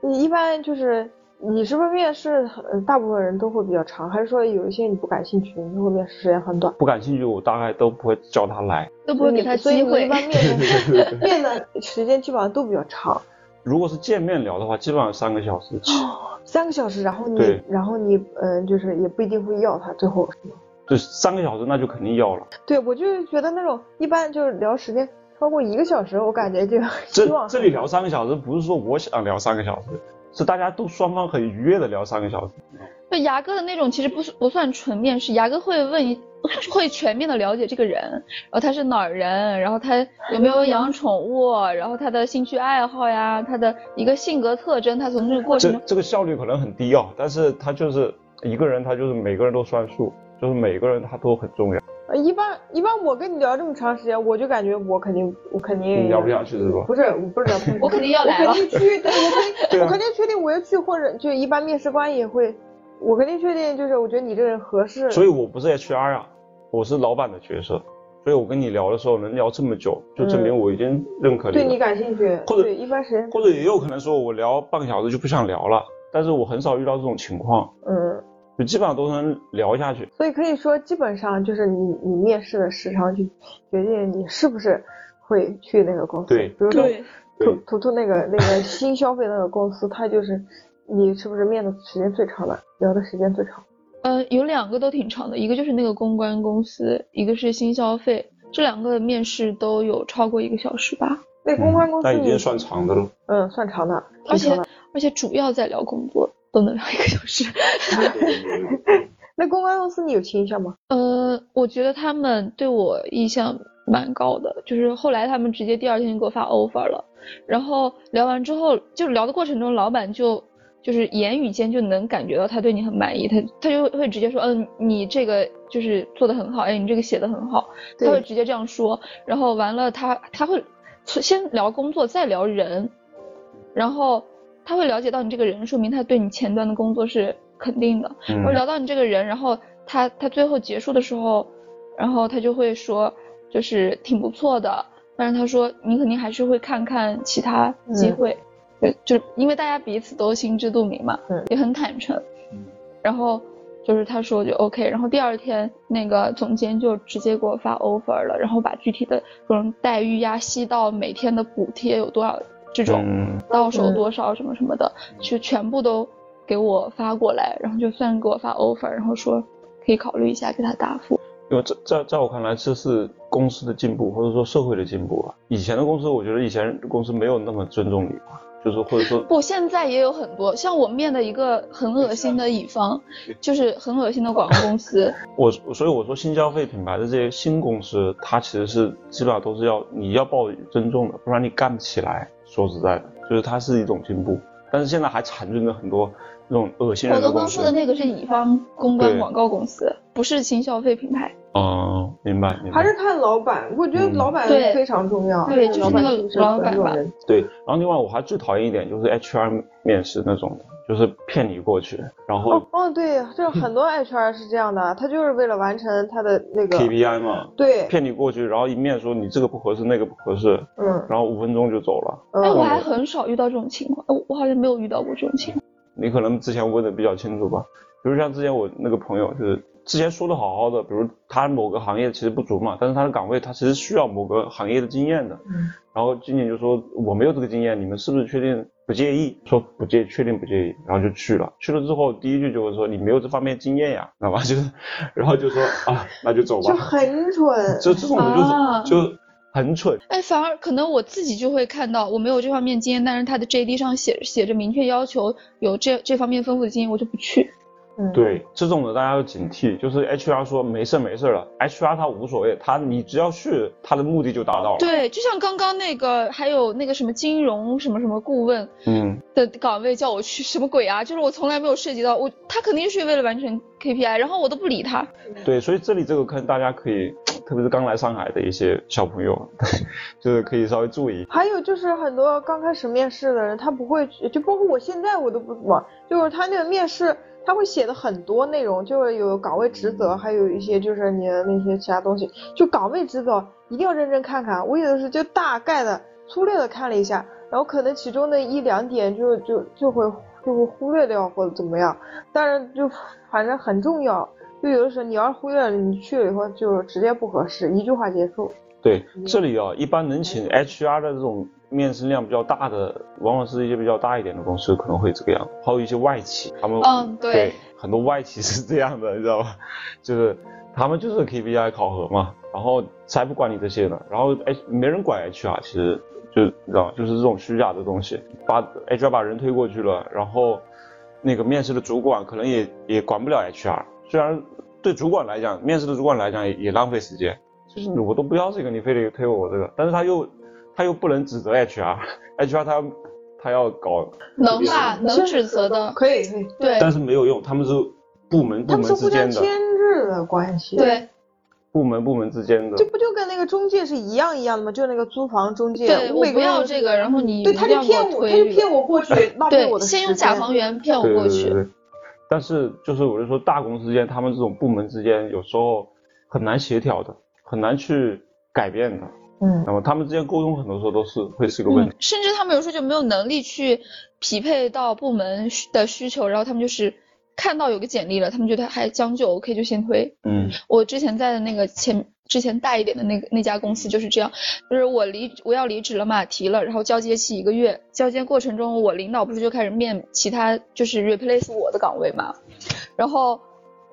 C: 你一般就是你是不是面试很，呃大部分人都会比较长，还是说有一些你不感兴趣，你就会面试时间很短？
A: 不感兴趣，我大概都不会叫他来。
D: 都不会给
C: 你
D: 他
C: 所以
D: 机
C: 你
D: 会
C: 一，般 面面的时间基本上都比较长，
A: 如果是见面聊的话，基本上三个小时起，
C: 三个小时，然后你
A: 对
C: 然后你嗯，就是也不一定会要他，最后
A: 就是三个小时那就肯定要了。
C: 对我就是觉得那种一般就是聊时间超过一个小时，我感觉就
A: 这
C: 希望
A: 这里聊三个小时，不是说我想聊三个小时，是大家都双方很愉悦的聊三个小时。
D: 就牙哥的那种其实不是不算纯面试，牙哥会问一会全面的了解这个人，然后他是哪儿人，然后他有没有养宠物，然后他的兴趣爱好呀，他的一个性格特征，他从这个过程
A: 这
D: 中，
A: 这个效率可能很低啊，但是他就是一个人，他就是每个人都算数，就是每个人他都很重要。
C: 呃一般一般我跟你聊这么长时间，我就感觉我肯定我肯定
A: 你聊不下去是吧
C: 不是我不是聊不下去
D: 我肯定要来了
C: 我肯定去，对我肯定、
A: 对啊
C: 我肯定确定我要去，或者就一般面试官也会，我肯定确定就是我觉得你这个人合适，
A: 所以我不是 HR 啊，我是老板的角色，所以我跟你聊的时候能聊这么久，就证明我已经认可你了。
C: 嗯对你感兴趣，
A: 或者
C: 对一般时间
A: 或者也有可能说我聊半个小时就不想聊了，但是我很少遇到这种情况，
C: 嗯，
A: 就基本上都能聊下去。
C: 所以可以说基本上就是你你面试的时长去决定你是不是会去那个公司，
A: 对
C: 比如说。
D: 对，
C: 图
A: 对
C: 图图那个那个新消费那个公司，它就是你是不是面的时间最长的，聊的时间最长？
D: 呃，有两个都挺长的，一个就是那个公关公司，一个是新消费，这两个面试都有超过一个小时吧，
C: 那公关公
A: 嗯
C: 司
A: 那已
C: 你
A: 经算长的了。
C: 嗯算长的，挺
D: 而且
C: 长的。
D: 而且主要在聊工作，都能聊一个小时。
C: 那公关公司你有倾向吗？
D: 呃，我觉得他们对我印象蛮高的，就是后来他们直接第二天就给我发 offer 了，然后聊完之后，就聊的过程中，老板就就是言语间就能感觉到他对你很满意，他他就会直接说，嗯，你这个就是做的很好，哎，你这个写的很好，他
C: 对
D: 会直接这样说，然后完了他他会先聊工作，再聊人，然后他会了解到你这个人，说明他对你前端的工作是肯定的。
A: 嗯
D: 我，聊到你这个人，然后他他最后结束的时候，然后他就会说，就是挺不错的，但是他说你肯定还是会看看其他机会，对，就是因为大家彼此都心知肚明嘛，
C: 嗯
D: 也很坦诚，
G: 嗯
D: 然后就是他说就 OK，然后第二天那个总监就直接给我发 offer 了，然后把具体的各种待遇呀、细到每天的补贴有多少这种，
A: 嗯
D: 到手
C: 嗯
D: 多少什么什么的，就全部都给我发过来，然后就算给我发 offer，然后说可以考虑一下，给他答复。
A: 因为这在在我看来，这是公司的进步，或者说社会的进步啊。以前的公司，我觉得以前公司没有那么尊重你吧，就是或者说
D: 不，现在也有很多，像我面的一个很恶心的乙方，就是很恶心的广告 公司，
A: 我所以我说新消费品牌的这些新公司，它其实是基本上都是要你要抱有尊重的，不然你干不起来。说实在的，就是它是一种进步，但是现在还缠着着很多那种恶心
D: 我
A: 人的
D: 刚
A: 公
D: 刚
A: 司
D: 说。的那个是乙方公关
A: 对
D: 广告公司，不是轻消费品牌。
A: 嗯，明白明白。
C: 还是看老板，我觉得
A: 嗯
C: 老板
D: 对
C: 非常重要。嗯
D: 对就是
C: 老板
D: 那个
C: 是不是
D: 老板
C: 尊重
D: 吧
C: 人
A: 对，然后另外我还最讨厌一点就是 HR 面试那种，就是骗你过去，然后
C: 哦哦，对，这很多 HR 是这样的，他就是为了完成他的那个
A: KPI 嘛，
C: 对，
A: 骗你过去，然后一面说你这个不合适，那个不合适，
C: 嗯
A: 然后五分钟就走了。
C: 嗯，
D: 哎，我还很少遇到这种情况，我我好像没有遇到过这种情况。
A: 你可能之前问的比较清楚吧，比如像之前我那个朋友，就是之前说的好好的，比如他某个行业其实不足嘛，但是他的岗位他其实需要某个行业的经验的，
C: 嗯
A: 然后今年就说我没有这个经验，你们是不是确定不介意？说不介，确定不介意，然后就去了。去了之后，第一句就会说你没有这方面经验呀，知道吧？就是，然后就说啊，那就走
C: 就
A: 吧。
C: 很蠢，
A: 就这种
D: 啊
A: 就是就很蠢，
D: 哎，反而可能我自己就会看到，我没有这方面经验，但是他的 JD 上写写着明确要求有这这方面丰富的经验，我就不去。
C: 嗯，
A: 对这种的大家要警惕。就是 HR 说没事儿没事儿了，HR 他无所谓，他你只要去，他的目的就达到了。，
D: 对，就像刚刚那个，还有那个什么金融什么什么顾问
A: 嗯，
D: 的岗位叫我去，什么鬼啊？就是我从来没有涉及到，我他肯定是为了完成 KPI，然后我都不理他。
A: 对，所以这里这个坑大家可以，特别是刚来上海的一些小朋友， 就是可以稍微注意。
C: 还有就是很多刚开始面试的人，他不会去，就包括我现在我都不怎么，就是他那个面试他会写的很多内容，就是有岗位职责，还有一些就是你的那些其他东西，就岗位职责一定要认真看看。我有的时候就大概的粗略的看了一下，然后可能其中的一两点就就就会就会忽略掉或者怎么样，但是就反正很重要。就有的时候你要是忽略了，你去了以后就直接不合适，一句话结束。
A: 对，
D: 嗯
A: 这里啊，一般能请 HR 的这种面试量比较大的，往往是一些比较大一点的公司可能会这个样，还有一些外企，他们
D: 嗯对
A: 很多外企是这样的，你知道吧？就是他们就是 KPI 考核嘛，然后才不管你这些呢，然后哎没人管 HR，其实就你知道吗就是这种虚假的东西，把 HR 把人推过去了，然后那个面试的主管可能也也管不了 HR，虽然对主管来讲，面试的主管来讲也也浪费时间。就是我都不要这个，你非得推我这个，但是他又他又不能指责 HR，HR 他他要搞，
D: 能吧？能指责的。
C: 可以可以。
D: 对
A: 但是没有用，他们是部门部
C: 他
A: 门
C: 们是互
A: 之
C: 相
A: 间的
C: 牵，制的关系。，
D: 对
A: 部门部门之间的
C: 这，不就跟那个中介是一样一样的吗？就是那个租房中介，
D: 对，我
C: 每
D: 不
C: 个人
D: 要这个，然后你
C: 对，
D: 一
C: 他
D: 定
C: 就
D: 要给
C: 骗我，他就
D: 推这个
C: 骗我过去，浪费我的
D: 对，
C: 时间。嗯
D: 先用甲方源骗我
A: 对
D: 过
A: 对对
D: 去
A: 对。。对但是就是我就说大公司之间，他们这种部门之间有时候很难协调的，很难去改变的。
C: 嗯，
A: 那么他们之间沟通很多时候都是会是个问
D: 嗯
A: 题。，
D: 甚至他们有时候就没有能力去匹配到部门需的需求，然后他们就是看到有个简历了，他们觉得还将就，OK 就先推。
A: 嗯
D: 我之前在的那个前之前大一点的那个那家公司就是这样，就是我离我要离职了嘛，提了，然后交接期一个月，交接过程中我领导不是就开始面其他就是 replace 我的岗位嘛，然后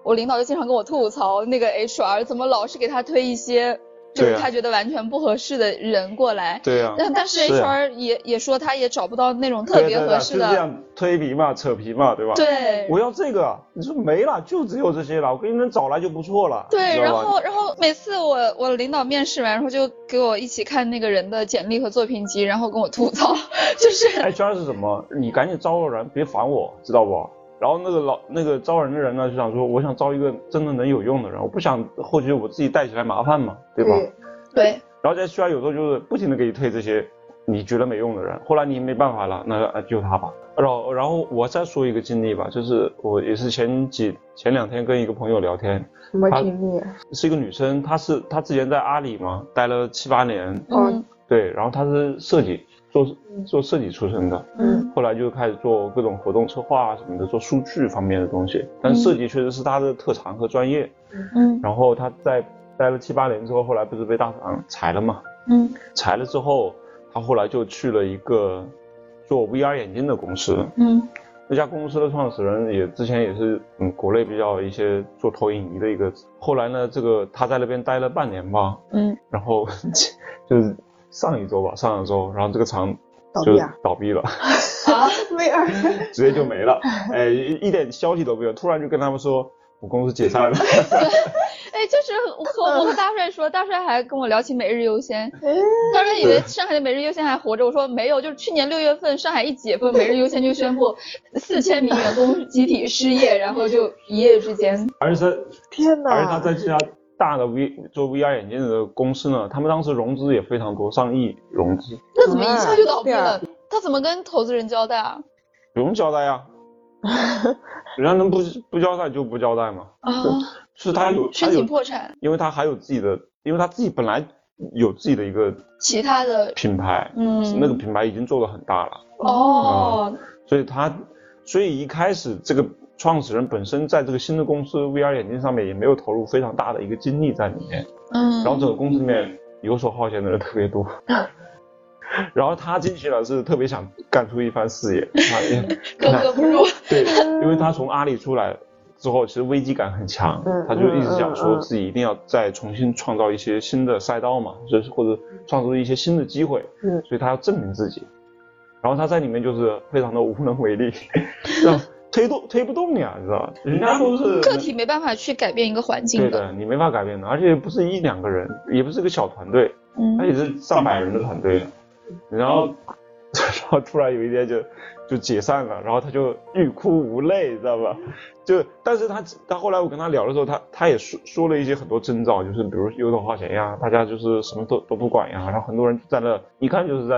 D: 我领导就经常跟我吐槽那个 HR 怎么老是给他推一些就
A: 对
D: 是
A: 啊
D: 他觉得完全不合适的人过来。
A: 对啊，
D: 但但是
A: 是啊
D: HR 也也说他也找不到那种特
A: 对啊对
D: 别
A: 啊对
D: 合
A: 啊
D: 适
A: 就这
D: 的，
A: 样推皮嘛，扯皮嘛，对吧？
D: 对，
A: 我要这个，你说没了，就只有这些了，我给你们找来就不错了。你
D: 对，
A: 知道
D: 然
A: 吧
D: 后然后每次我我领导面试完，然后就给我一起看那个人的简历和作品集，然后跟我吐槽，就是。
A: HR 是什么？你赶紧招个人，别烦我，知道不？然后那个老那个招人的人呢，就想说，我想招一个真的能有用的人，我不想后期我自己带起来麻烦嘛，对吧？
C: 对，
D: 对，
A: 然后在 HR 有时候就是不停的给你推这些你觉得没用的人，后来你没办法了，那呃就他吧。然后然后我再说一个经历吧，就是我也是前几前两天跟一个朋友聊天，
C: 什么
A: 他
C: 经历？啊
A: 是一个女生，她是她之前在阿里嘛待了七八年，
C: 哦
D: 嗯
A: 对，然后她是设计做
C: 嗯
A: 做设计出身的，
C: 嗯
D: 嗯，
A: 后来就开始做各种活动策划啊什么的，做数据方面的东西。但是设计确实是他的特长和专业。
D: 嗯
A: 然后他在待了七八年之后，后来不是被大厂裁了嘛？
D: 嗯
A: 裁了之后，他后来就去了一个做 VR 眼镜的公司。
D: 嗯
A: 那家公司的创始人也之前也是嗯国内比较一些做投影仪的一个，后来呢，这个他在那边待了半年吧，
D: 嗯，
A: 然后 就是上一周吧，上上周，然后这个厂
C: 倒
A: 就
C: 闭啊，
A: 倒闭了，
D: 啊，
C: 没二。
A: 直接就没了，哎，一一点消息都没有，突然就跟他们说我公司解散了，
D: 哎，就是我和我和大帅说，大帅还跟我聊起每日优先，
C: 哎
D: 他说你的上海的每日优先还活着，我说没有，就是去年六月份上海一解封，每日优先就宣布四千名员工集体失业，然后就一夜之间，
A: 而且他
C: 天哪！
A: 而且他在这家大的 V 做 VR 眼镜的公司呢，他们当时融资也非常多，上亿融资，
D: 那怎么一下就倒闭
C: 啊
D: 了？他怎么跟投资人交代啊？
A: 不用交代呀、人家能不不交代就不交代嘛，
D: 啊，
A: 是他有他
D: 申请
A: 有，
D: 破产，
A: 因为他还有自己的，因为他自己本来有自己的一个
D: 其他的，
A: 品牌，
D: 嗯，
A: 那个品牌已经做得很大了，
D: 哦，
A: 所以他所以一开始这个创始人本身在这个新的公司 VR 眼镜上面也没有投入非常大的一个精力在里面。
D: 嗯，
A: 然后整个公司里面游手好闲的人特别多。
C: 嗯
A: 然后他进去了是特别想干出一番事业，他因为
D: 格格不 入，
A: 对，
C: 嗯
A: 因为他从阿里出来之后，其实危机感很强
C: 嗯，
A: 他就一直想
C: 嗯嗯
A: 说
C: 嗯
A: 自己一定要再重新创造一些新的赛道嘛，就是或者创造一些新的机会
C: 嗯，
A: 所以他要证明自己。然后他在里面就是非常的无能为力， 让推动推不动呀，你知道吧？人家都是
D: 个体没办法去改变一个环境
A: 对
D: 的，
A: 的，你没法改变的，而且不是一两个人，也不是个小团队，
D: 嗯
A: 他，也是上百人的团队，然后 然后突然有一天就就解散了，然后他就欲哭无泪，你知道吧？就但是他他后来我跟他聊的时候，他他也说说了一些很多征兆，就是比如游手好闲呀，大家就是什么都都不管呀，然后很多人就在那一看就是在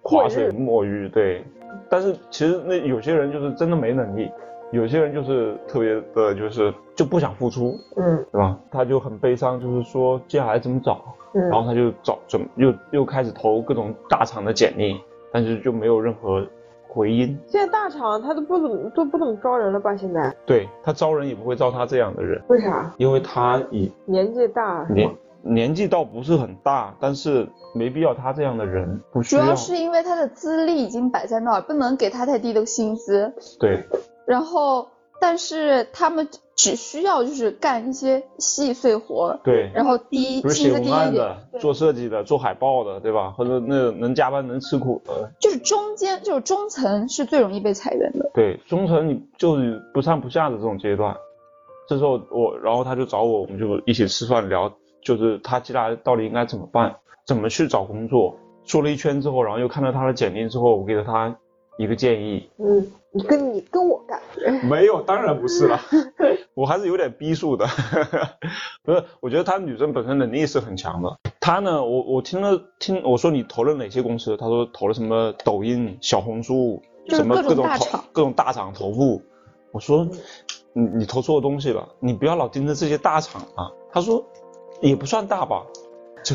A: 划水摸鱼，对。但是其实那有些人就是真的没能力，有些人就是特别的，就是就不想付出，
C: 嗯
A: 对吧？他就很悲伤，就是说接下来怎么找？啊
C: 嗯，
A: 然后他就找准又又开始投各种大厂的简历，但是就没有任何回音。
C: 现在大厂他都不怎么都不怎么招人了吧？现在
A: 对他招人也不会招他这样的人，
C: 为啥？
A: 因为他已
C: 年纪大
D: 嗯
C: 是
A: 年
C: 吗？
A: 年纪倒不是很大，但是没必要他这样的人不需
D: 主
A: 要
D: 要。是因为他的资历已经摆在那儿，不能给他太低的薪资。
A: 对
D: 然后，但是他们只需要就是干一些细碎活，
A: 对，
D: 然后低
A: 比如
D: 薪
A: 写
D: 资低
A: 文
D: 一
A: 案
D: 点，
A: 的、
D: 对
A: 做设计的、做海报的，对吧？或者那能加班能吃苦的，
D: 就是中间就是中层是最容易被裁员的。
A: 对，中层你就是不上不下的这种阶段。这时候我，然后他就找我，我们就一起吃饭聊，就是他接下来到底应该怎么办，怎么去找工作。说了一圈之后，然后又看到他的简历之后，我给了他一个建议。
C: 嗯，你跟你跟我 干，
A: 没有，当然不是了，我还是有点逼数的。 不是，我觉得她女生本身能力是很强的。她呢，我我听了听我说你投了哪些公司，她说投了什么抖音、小红书，
D: 就是
A: 什么各
D: 各种
A: 种
D: 大
A: 投
D: 厂
A: 各种大厂投入。我说你你投错东西了，你不要老盯着这些大厂啊。她说也不算大吧。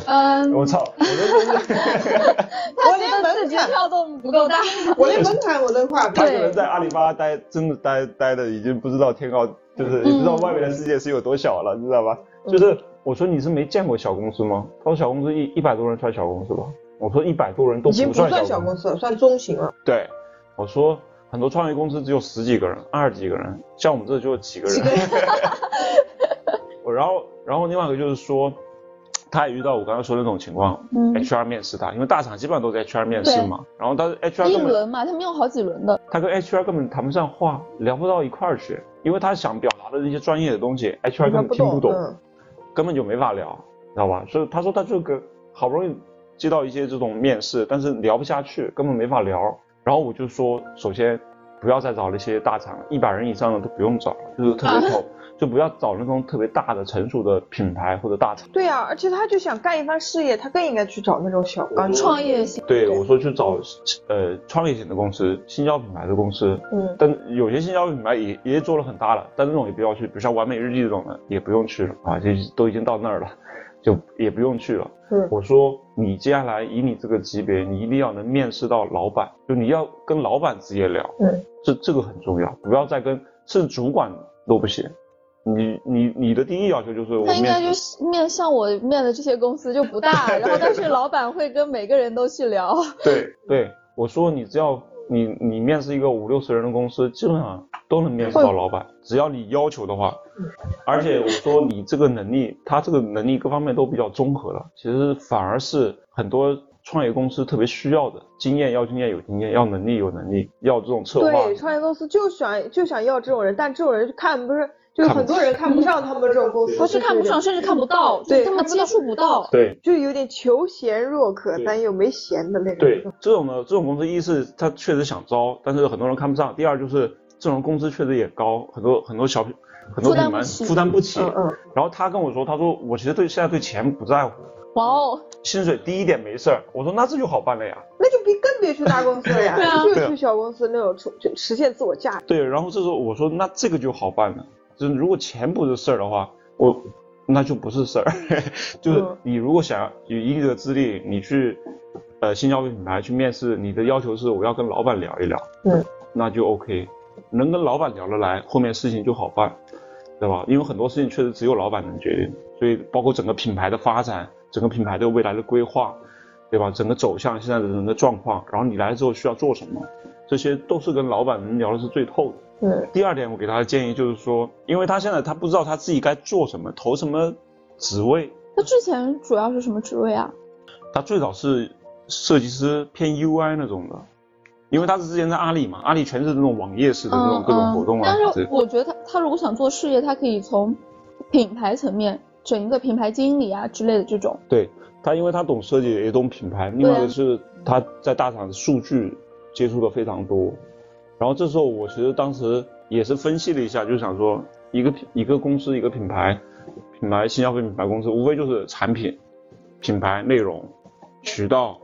D: 嗯，
A: 我操，我这真是。
D: 他
C: 我
D: 觉
C: 连
D: 得
C: 门
D: 字节
C: 槛
D: 跳动不够大。
C: 我连门槛我都跨
A: 他
C: 过
A: 可。能在阿里巴巴待，真的待待的已经不知道天高，就是也不知道外面的世界是有多小了，你知道吧？就是我说你是没见过小公司吗？他说小公司一一百多人算小公司吧？我说一百多人都
C: 已
A: 不
C: 经
A: 算
C: 不算
A: 小
C: 小
A: 公司。
C: 公司了，算中型了。
A: 对，我说很多创业公司只有十几个人、二十几个人，像我们这就几个人。我然后然后另外一个就是说，他也遇到我刚刚说的那种情况、
D: 嗯，
A: h r 面试他，因为大厂基本上都是 HR 面试
D: 对
A: 嘛，然后但是 HR
D: 一
A: 根本
D: 轮嘛，他们有好几轮的。
A: 他跟 HR 根本谈不上话，聊不到一块儿去，因为他想表达的那些专业的东西，HR 根
C: 他
A: 本听不懂，
C: 嗯
A: 根本就没法聊，知道吧？所以他说他这个好不容易接到一些这种面试，但是聊不下去，根本没法聊。然后我就说，首先不要再找那些大厂，一百人以上的都不用找了，就是特别丑，就不要找那种特别大的成熟的品牌或者大厂。
C: 对呀、而且他就想干一番事业，他更应该去找那种小刚
D: 创业型，
A: 对，我说去找呃创业型的公司、新交品牌的公司，
C: 嗯，
A: 但有些新消费品牌也也做了很大了，但这种也不要去，比如像完美日记这种的也不用去了啊，就都已经到那儿了，就也不用去了。
C: 嗯
A: 我说你接下来以你这个级别，你一定要能面试到老板，就你要跟老板直接聊，
C: 嗯，
A: 这这个很重要，不要再跟甚至主管都不行。你你你的第一要求就是我
D: 他应该
A: 面
D: 就
A: 试，
D: 是面像我面的这些公司就 不大，然后但是老板会跟每个人都去聊。
A: 对对，我说你只要你你面试一个五六十人的公司，基本上都能面试到老板，只要你要求的话。而且我说你这个能力，他这个能力各方面都比较综合了，其实反而是很多创业公司特别需要的，经验要经验有经验，要能力有能力，要这种策划。
C: 对，创业公司就想就想要这种人，但这种人看不是，就是
A: 看不
C: 很多人看不上他们这种公司，
H: 不是看不上，
C: 就是
H: 甚至看不到，就是
C: 对
H: 根本接触不到。
A: 对，
C: 有点，就有点求贤若渴
A: 对，
C: 但又没闲的那种。
A: 对，这种呢，这种公司一是他确实想招，但是很多人看不上；第二就是这种工资确实也高，很多很多小很多
H: 负担
A: 品牌
H: 不起
A: 负担不起。
C: 嗯嗯，
A: 然后他跟我说，他说我其实对现在对钱不在乎，
H: 哇哦，
A: 薪水低一点没事儿。我说那这就好办了呀。
C: 那就别更别去大公司了 呀
H: 对啊，
C: 就
A: 对啊
C: 去小公司那种出就实现自我价值。
A: 对，然后这时候我说那这个就好办了，就是如果钱不是事儿的话，我那就不是事儿。 就是
C: 嗯
A: 你如果想要有一定的资历，你去呃新消费品牌去面试，你的要求是我要跟老板聊一聊，
C: 嗯，
A: 那就 OK，能跟老板聊得来，后面事情就好办，对吧？因为很多事情确实只有老板能决定，所以包括整个品牌的发展，整个品牌的未来的规划，对吧？整个走向现在的人的状况，然后你来之后需要做什么，这些都是跟老板能聊的是最透的。
C: 嗯，
A: 第二点，我给他的建议就是说，因为他现在他不知道他自己该做什么，投什么职位，
D: 那之前主要是什么职位啊？
A: 他最早是设计师偏 UI 那种的，因为他是之前在阿里嘛，阿里全是那种网页式的那种各种活动啊，
D: 哦嗯但
A: 这
D: 是我觉得他他如果想做事业，他可以从品牌层面，整一个品牌经理啊之类的这种。
A: 对他，因为他懂设计，也懂品牌，另外一个是他在大厂数据接触的非常多。然后这时候我其实当时也是分析了一下，就想说一个品一个公司一个品牌，品牌新消费品牌公司无非就是产品、品牌、内容、渠道，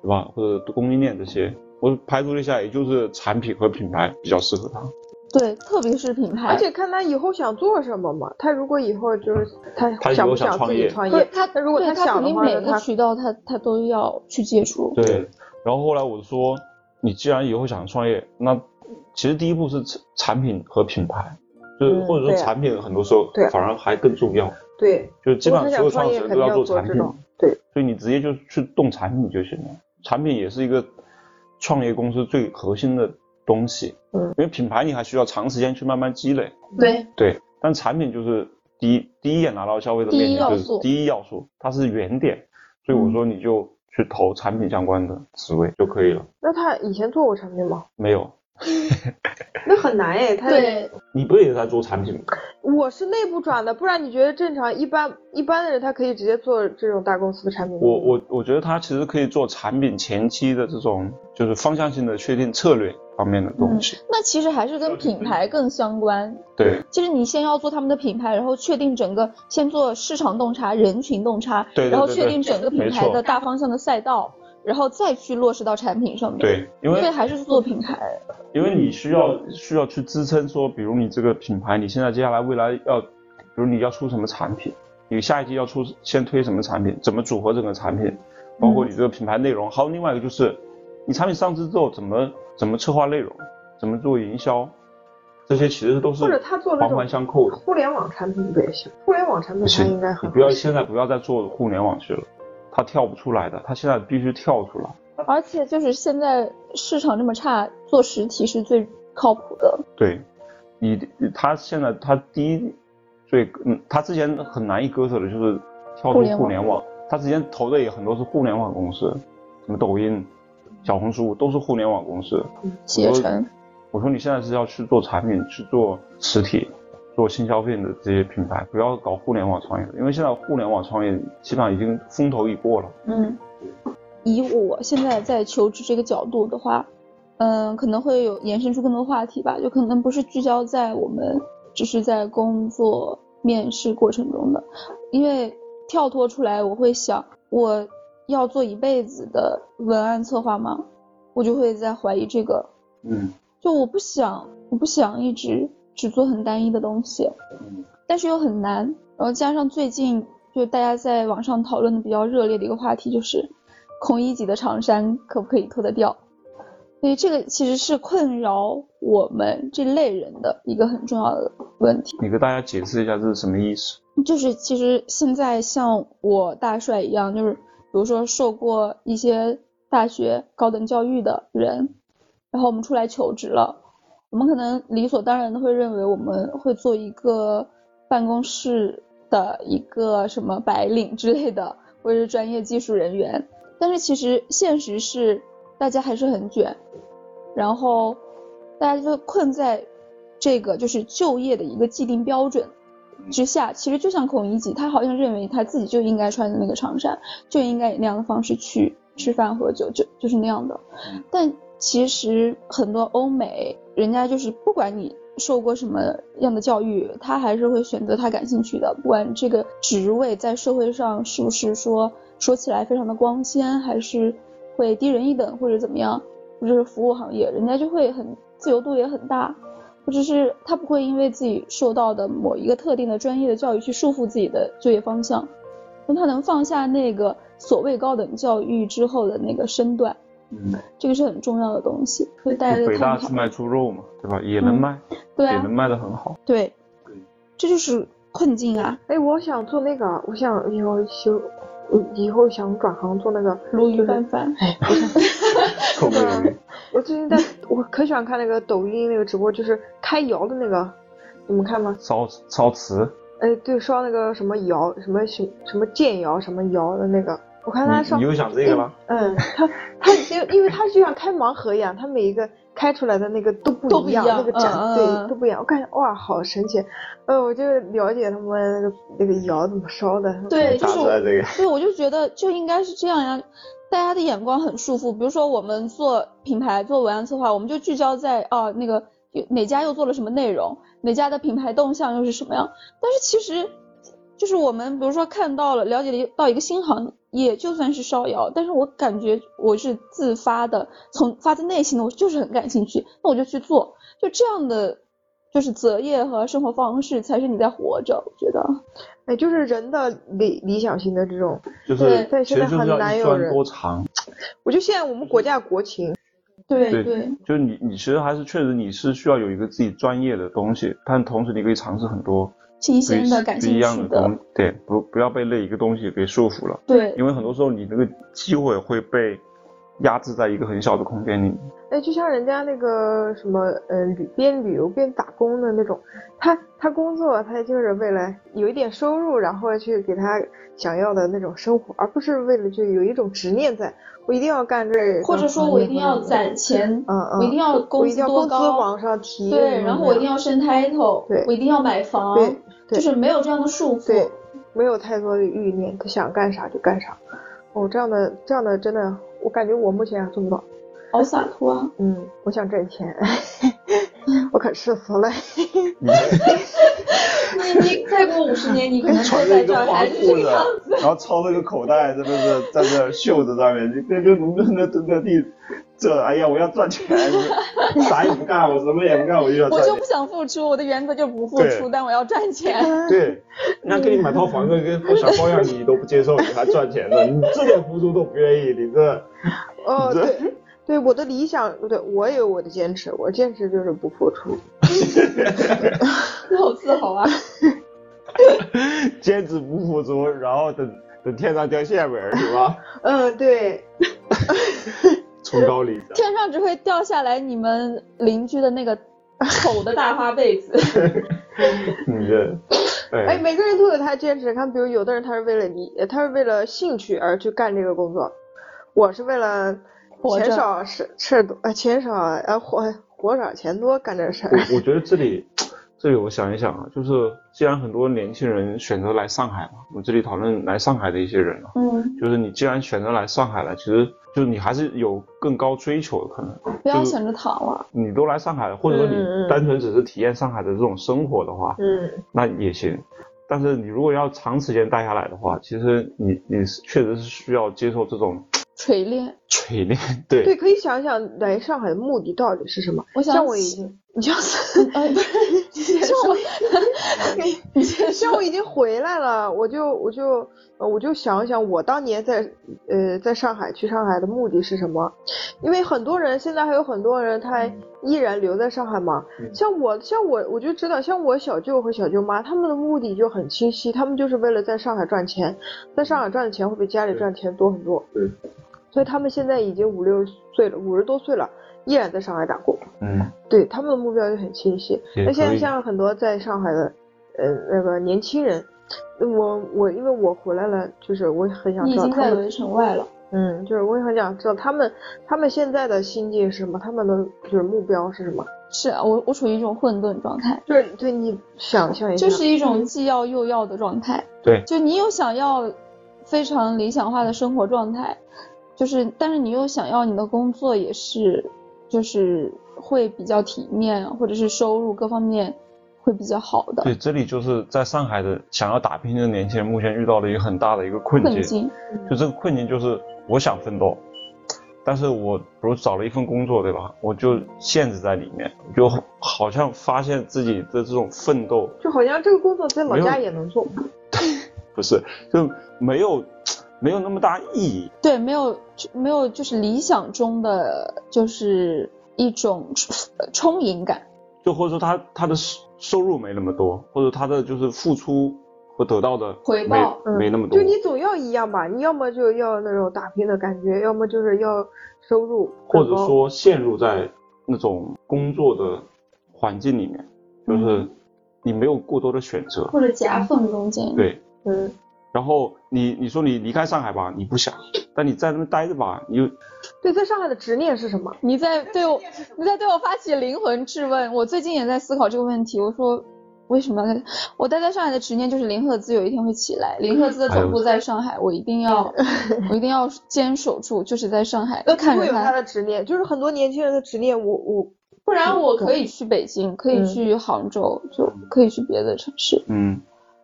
A: 对吧？或者供应链这些，我排除了一下，也就是产品和品牌比较适合他。
D: 对，特别是品
A: 哎
D: 牌。
C: 而且看他以后想做什么嘛，他如果以后就是他
A: 他以后
C: 想不
A: 想
C: 想
A: 创
C: 自
A: 业
C: 己创
D: 对
C: 业，
D: 他，
C: 那如果
D: 对
C: 他
D: 他
C: 想
D: 肯
C: 的
D: 定
C: 话，
D: 每
C: 那
D: 个
C: 他
D: 渠道他他都要去接触。
A: 对，然后后来我说，你既然以后想创业，那其实第一步是产产品和品牌，就是、
C: 嗯
A: 或者说
C: 对啊
A: 产品很多时候
C: 对啊
A: 反而还更重要，
C: 对，
A: 就是基本上
C: 如果他
A: 所有创
C: 想
A: 始
C: 创业
A: 人
C: 肯
A: 都
C: 定
A: 要
C: 要
A: 做
C: 做
A: 产
C: 这
A: 品，
C: 种，对，
A: 所以你直接就去动产品就行了。产品也是一个创业公司最核心的东西，
C: 嗯
A: 因为品牌你还需要长时间去慢慢积累，
H: 对，
A: 对，但产品就是第一第一眼拿到消费者
D: 第一
A: 面前
D: 要
A: 就是
D: 素嗯
A: 第一要素，它是原点，所以我说你就去投产品相关的职位就可以了。
C: 那他以前做过产品吗？
A: 没有，
C: 那很难哎，他
D: 对，
A: 你不是也在做产品吗？
C: 我是内部转的，不然你觉得正常一般一般的人他可以直接做这种大公司的产品吗？
A: 我我我觉得它其实可以做产品前期的这种就是方向性的确定策略方面的东西。
D: 那其实还是跟品牌更相关。
A: 对
D: 其实你先要做他们的品牌，然后确定整个，先做市场洞察、人群洞察，
A: 对对
D: 然后
A: 对
D: 确
A: 对
D: 定整个
A: 没
D: 品牌
A: 错
D: 的大方向的赛道，然后再去落实到产品上面。，
A: 对，因为
D: 所以还是做品牌。
A: 因为
C: 嗯
A: 你需要需要去支撑说，比如你这个品牌，你现在接下来未来要，比如你要出什么产品，你下一季要出先推什么产品，怎么组合整个产品，包
C: 嗯
A: 括你这个品牌内容，还有另外一个就是，你产品上市之后怎么怎么策划内容，怎么做营销，这些其实都是
C: 或者他做那
A: 环
C: 种
A: 环相扣的。
C: 互联网产品不也行？互联网产品
A: 不
C: 他
A: 行
C: 应该
A: 你
C: 很
A: 不要现在不要再做互联网去了，他跳不出来的，他现在必须跳出来。
D: 而且就是现在市场这么差，做实体是最靠谱的。
A: 对，你他现在他第一最嗯，他之前很难以割舍的就是跳出
D: 互联网
A: 互联网，他之前投的也很多是互联网公司，什么抖音、小红书都是互联网公司。
D: 携程，
A: 我说你现在是要去做产品，去做实体，做新消费的这些品牌，不要搞互联网创业，因为现在互联网创业基本上已经风头已过了。
D: 嗯，以我现在在求职这个角度的话，嗯，可能会有延伸出更多话题吧，就可能不是聚焦在我们只是在工作面试过程中的，因为跳脱出来，我会想我要做一辈子的文案策划吗？我就会在怀疑这个，
A: 嗯，
D: 就我不想，我不想一直只做很单一的东西，但是又很难。然后加上最近就大家在网上讨论的比较热烈的一个话题，就是孔乙己的长衫可不可以脱得掉？所以这个其实是困扰我们这类人的一个很重要的问题，
A: 你给大家解释一下这是什么意思？
D: 就是其实现在像我大帅一样，就是比如说受过一些大学高等教育的人，然后我们出来求职了，我们可能理所当然的会认为我们会做一个办公室的一个什么白领之类的，或者是专业技术人员，但是其实现实是大家还是很卷，然后大家就困在这个就是就业的一个既定标准之下，其实就像孔乙己，他好像认为他自己就应该穿的那个长衫，就应该以那样的方式去吃饭喝酒，就就是那样的。但其实很多欧美人家就是不管你受过什么样的教育，他还是会选择他感兴趣的，不管这个职位在社会上是不是说说起来非常的光鲜，还是会低人一等或者怎么样，或者是服务行业，人家就会很自由度也很大。或者是他不会因为自己受到的某一个特定的专业的教育去束缚自己的就业方向，那他能放下那个所谓高等教育之后的那个身段，
A: 嗯，
D: 这个是很重要的东西，所以大家
A: 就
D: 就
A: 北大
D: 探
A: 是
D: 讨。
A: 卖猪肉嘛，对吧？也能
D: 嗯
A: 卖，
D: 对
A: 也
D: 啊
A: 能，卖得很好。
D: 对，这就是困境啊。
C: 哎，我想做那个，我想以后修，嗯以后想转行做那个
D: 鲈鱼
C: 就是
D: 拌饭，
A: 臭鳜
C: 对
A: 鱼
C: 啊，我 最近在，我可喜欢看那个抖音那个直播，就是开窑的那个，你们看吗？
A: 烧烧瓷，
C: 哎，对，烧那个什么窑，什么什什么建窑，什么窑的那个，我看他
A: 你
C: 上
A: 你，又想这个了？
C: 嗯，他他因因为他就像开盲盒一样，他每一个开出来的那个都不
D: 都不
C: 一
D: 一
C: 样，
D: 样
C: 那个展、
D: 嗯嗯
C: 对
D: 嗯
C: 都不一样，我感觉哇，好神奇，呃，我就了解他们那个那个窑怎么烧的，
D: 对，就
A: 打
D: 是
A: 出
D: 我
A: 来这个，
D: 对，我就觉得就应该是这样呀。大家的眼光很束缚，比如说我们做品牌、做文案策划，我们就聚焦在啊那个有哪家又做了什么内容，哪家的品牌动向又是什么样。但是其实，就是我们比如说看到了、了解了一到一个新行业，就算是烧窑，但是我感觉我是自发的，从发自内心的，我就是很感兴趣，那我就去做。就这样的，就是择业和生活方式才是你在活着，我觉得。
C: 哎，就是人的理理想型的这种，
A: 就是
C: 对
A: 其
C: 现在
A: 实就是
C: 很
A: 要
C: 难
A: 一
C: 有
A: 专
C: 人
A: 多长，
C: 我觉得现在我们国家国情，
A: 对
D: 对
A: 就是你你其实还是确实你是需要有一个自己专业的东西，但同时你可以尝试很多
D: 新
A: 不一
D: 鲜的、感
A: 不
D: 兴
A: 一样
D: 趣的，
A: 东，对，不不要被那一个东西给束缚了，
D: 对
A: 因为很多时候你那个机会会被压制在一个很小的空间里。
C: 哎，就像人家那个什么，呃，旅边旅游边打工的那种，他他工作他就是为了有一点收入，然后去给他想要的那种生活，而不是为了就有一种执念在，我一定要干这个，
D: 或者说我一定要
C: 在，
D: 攒钱，
C: 嗯嗯，
D: 我一定要
C: 我
D: 工
C: 一
D: 资
C: 定要
D: 多
C: 工资
D: 高，
C: 往上提，
D: 对，然后我一定
C: 要
D: 要升 title，
C: 对
D: 我一定要买房，
C: 对对
D: 就是没有这样的束缚
C: 对，，没有太多的欲念，他想干啥就干啥。哦，这样的这样的真的，我感觉我目前还做不到。
D: 好洒 脱啊！
C: 嗯，我想挣钱， 我可世俗了。
D: 你你再过五十年，你可能坐
A: 穿着
D: 在
A: 一
D: 这
A: 个
D: 儿
A: 花
D: 还是这
A: 裤
D: 个
A: 子
D: 样子，，
A: 然后抄着个口袋，在那个在那袖子上面，就跟跟农村的蹲个地，这哎呀，我要赚 钱，啥也不干，我什么也不干，我就要
D: 我
A: 赚
D: 就
A: 钱
D: 不。想付出，我的原则就不付
A: 对
D: 出，但我 要赚钱。
A: 对，人家给你买套房子跟小包样你都不接受，你还赚钱 呢？你这点付出都不愿意，你这
C: 哦，
A: 这
C: 对，对，我的理想，对我也有我的坚持，我坚持就是不付出。
D: 你好自 豪啊！
A: 坚持不付出，然后等等天上掉馅饼儿是吧？
C: 嗯，对，
A: 崇高理想。
D: 天上只会掉下来你们邻居的那个丑的大花被子。
A: 你这，
C: 哎，
A: 哎，
C: 每个人都有他坚持。看，比如有的人他是为了理，他是为了兴趣而去干这个工作，我是为了
D: 活
C: 钱
D: 着
C: 少事事多，呃，钱少呃活活少钱多干这事儿。
A: 我我觉得这里，这里我想一想啊，就是既然很多年轻人选择来上海嘛，我们这里讨论来上海的一些人啊，
D: 嗯，
A: 就是你既然选择来上海了，其实就是你还是有更高追求的可能。
D: 不要
A: 就是
D: 想着躺了，
A: 你都来上海了，或者说
C: 啊嗯嗯
A: 你单纯只是体验上海的这种生活的话，
C: 嗯，
A: 那也行。但是你如果要长时间待下来的话，其实你你是确实是需要接受这种
D: 锤炼。
A: 锤炼，对
C: 对，可以想一想来上海的目的到底是什么。
D: 我想
C: 像我已
D: 起
C: 经，你像是
D: 哎，不是，像我，你先
C: 像我已经回来了，我就我就呃我就想一想，我当年在呃在上海去上海的目的是什么？因为很多人现在还有很多人他还依然留在上海嘛。
A: 嗯
C: 像我像我我就知道，像我小舅和小舅妈他们的目的就很清晰，他们就是为了在上海赚钱，在上海赚的钱会比家里赚钱多很多。
A: 对，
C: 所以他们现在已经五六十岁了，五十多岁了。依然在上海打工，
A: 嗯，
C: 对他们的目标就很清晰。
A: 也
C: 那现
A: 可
C: 在
A: 以
C: 像很多在上海的，呃，那个年轻人，我我因为我回来了，就是我很想
H: 你
C: 知
H: 已
C: 道
H: 经
C: 他
H: 在
C: 们，
H: 围城外了，
C: 嗯，就是我也很想知道他们他们现在的心境是什么，他们的就是目标是什么，
D: 是啊我我处于一种混沌状态，
C: 就是对你想象一下，
D: 就是一种既要又要的状态。
A: 对
D: 就你有想要非常理想化的生活状态，就是但是你又想要你的工作也是，就是会比较体面，或者是收入各方面会比较好的
A: 对，这里就是在上海的想要打拼的年轻人，目前遇到了一个很大的一个困
D: 困
A: 境，
D: 境。
A: 就这个困境就是我想奋斗，但是我比如找了一份工作，对吧？我就限制在里面，就好像发现自己的这种奋斗
C: 就好像这个工作在老
A: 没有
C: 家也能做，
A: 不是就没有没有那么大意义，
D: 对，没有就没有就是理想中的就是一种充充盈感。
A: 就或者说他他的收收入没那么多，或者他的就是付出和得到的
H: 回报
A: 没没那么多。
C: 就你总要一样吧，你要么就要那种打拼的感觉，要么就是要收入
A: 或
C: 更
A: 者
C: 高
A: 说陷入在那种工作的环境里面，
C: 嗯
A: 就是你没有过多的选择。
D: 或者夹缝中间，
A: 对，
C: 嗯，
A: 然后你你说你离开上海吧，你不想，但你在那边待着吧，你又
C: 对，在上海的执念是什么？
D: 你在对我，你在对我发起灵魂质问。我最近也在思考这个问题。我说，为什么要在？我待在上海的执念就是林赫兹有一天会起来，林赫兹的总部在上海，我一定要， 我一定要坚守住，就是在上海
C: 哎那
D: 看
C: 会有
D: 着
C: 他
D: 他。
C: 的执念，就是很多年轻人的执念，我我
D: 不然我可以去北京，可
C: 嗯
D: 以去杭州，就可以去别的城市。
A: 嗯，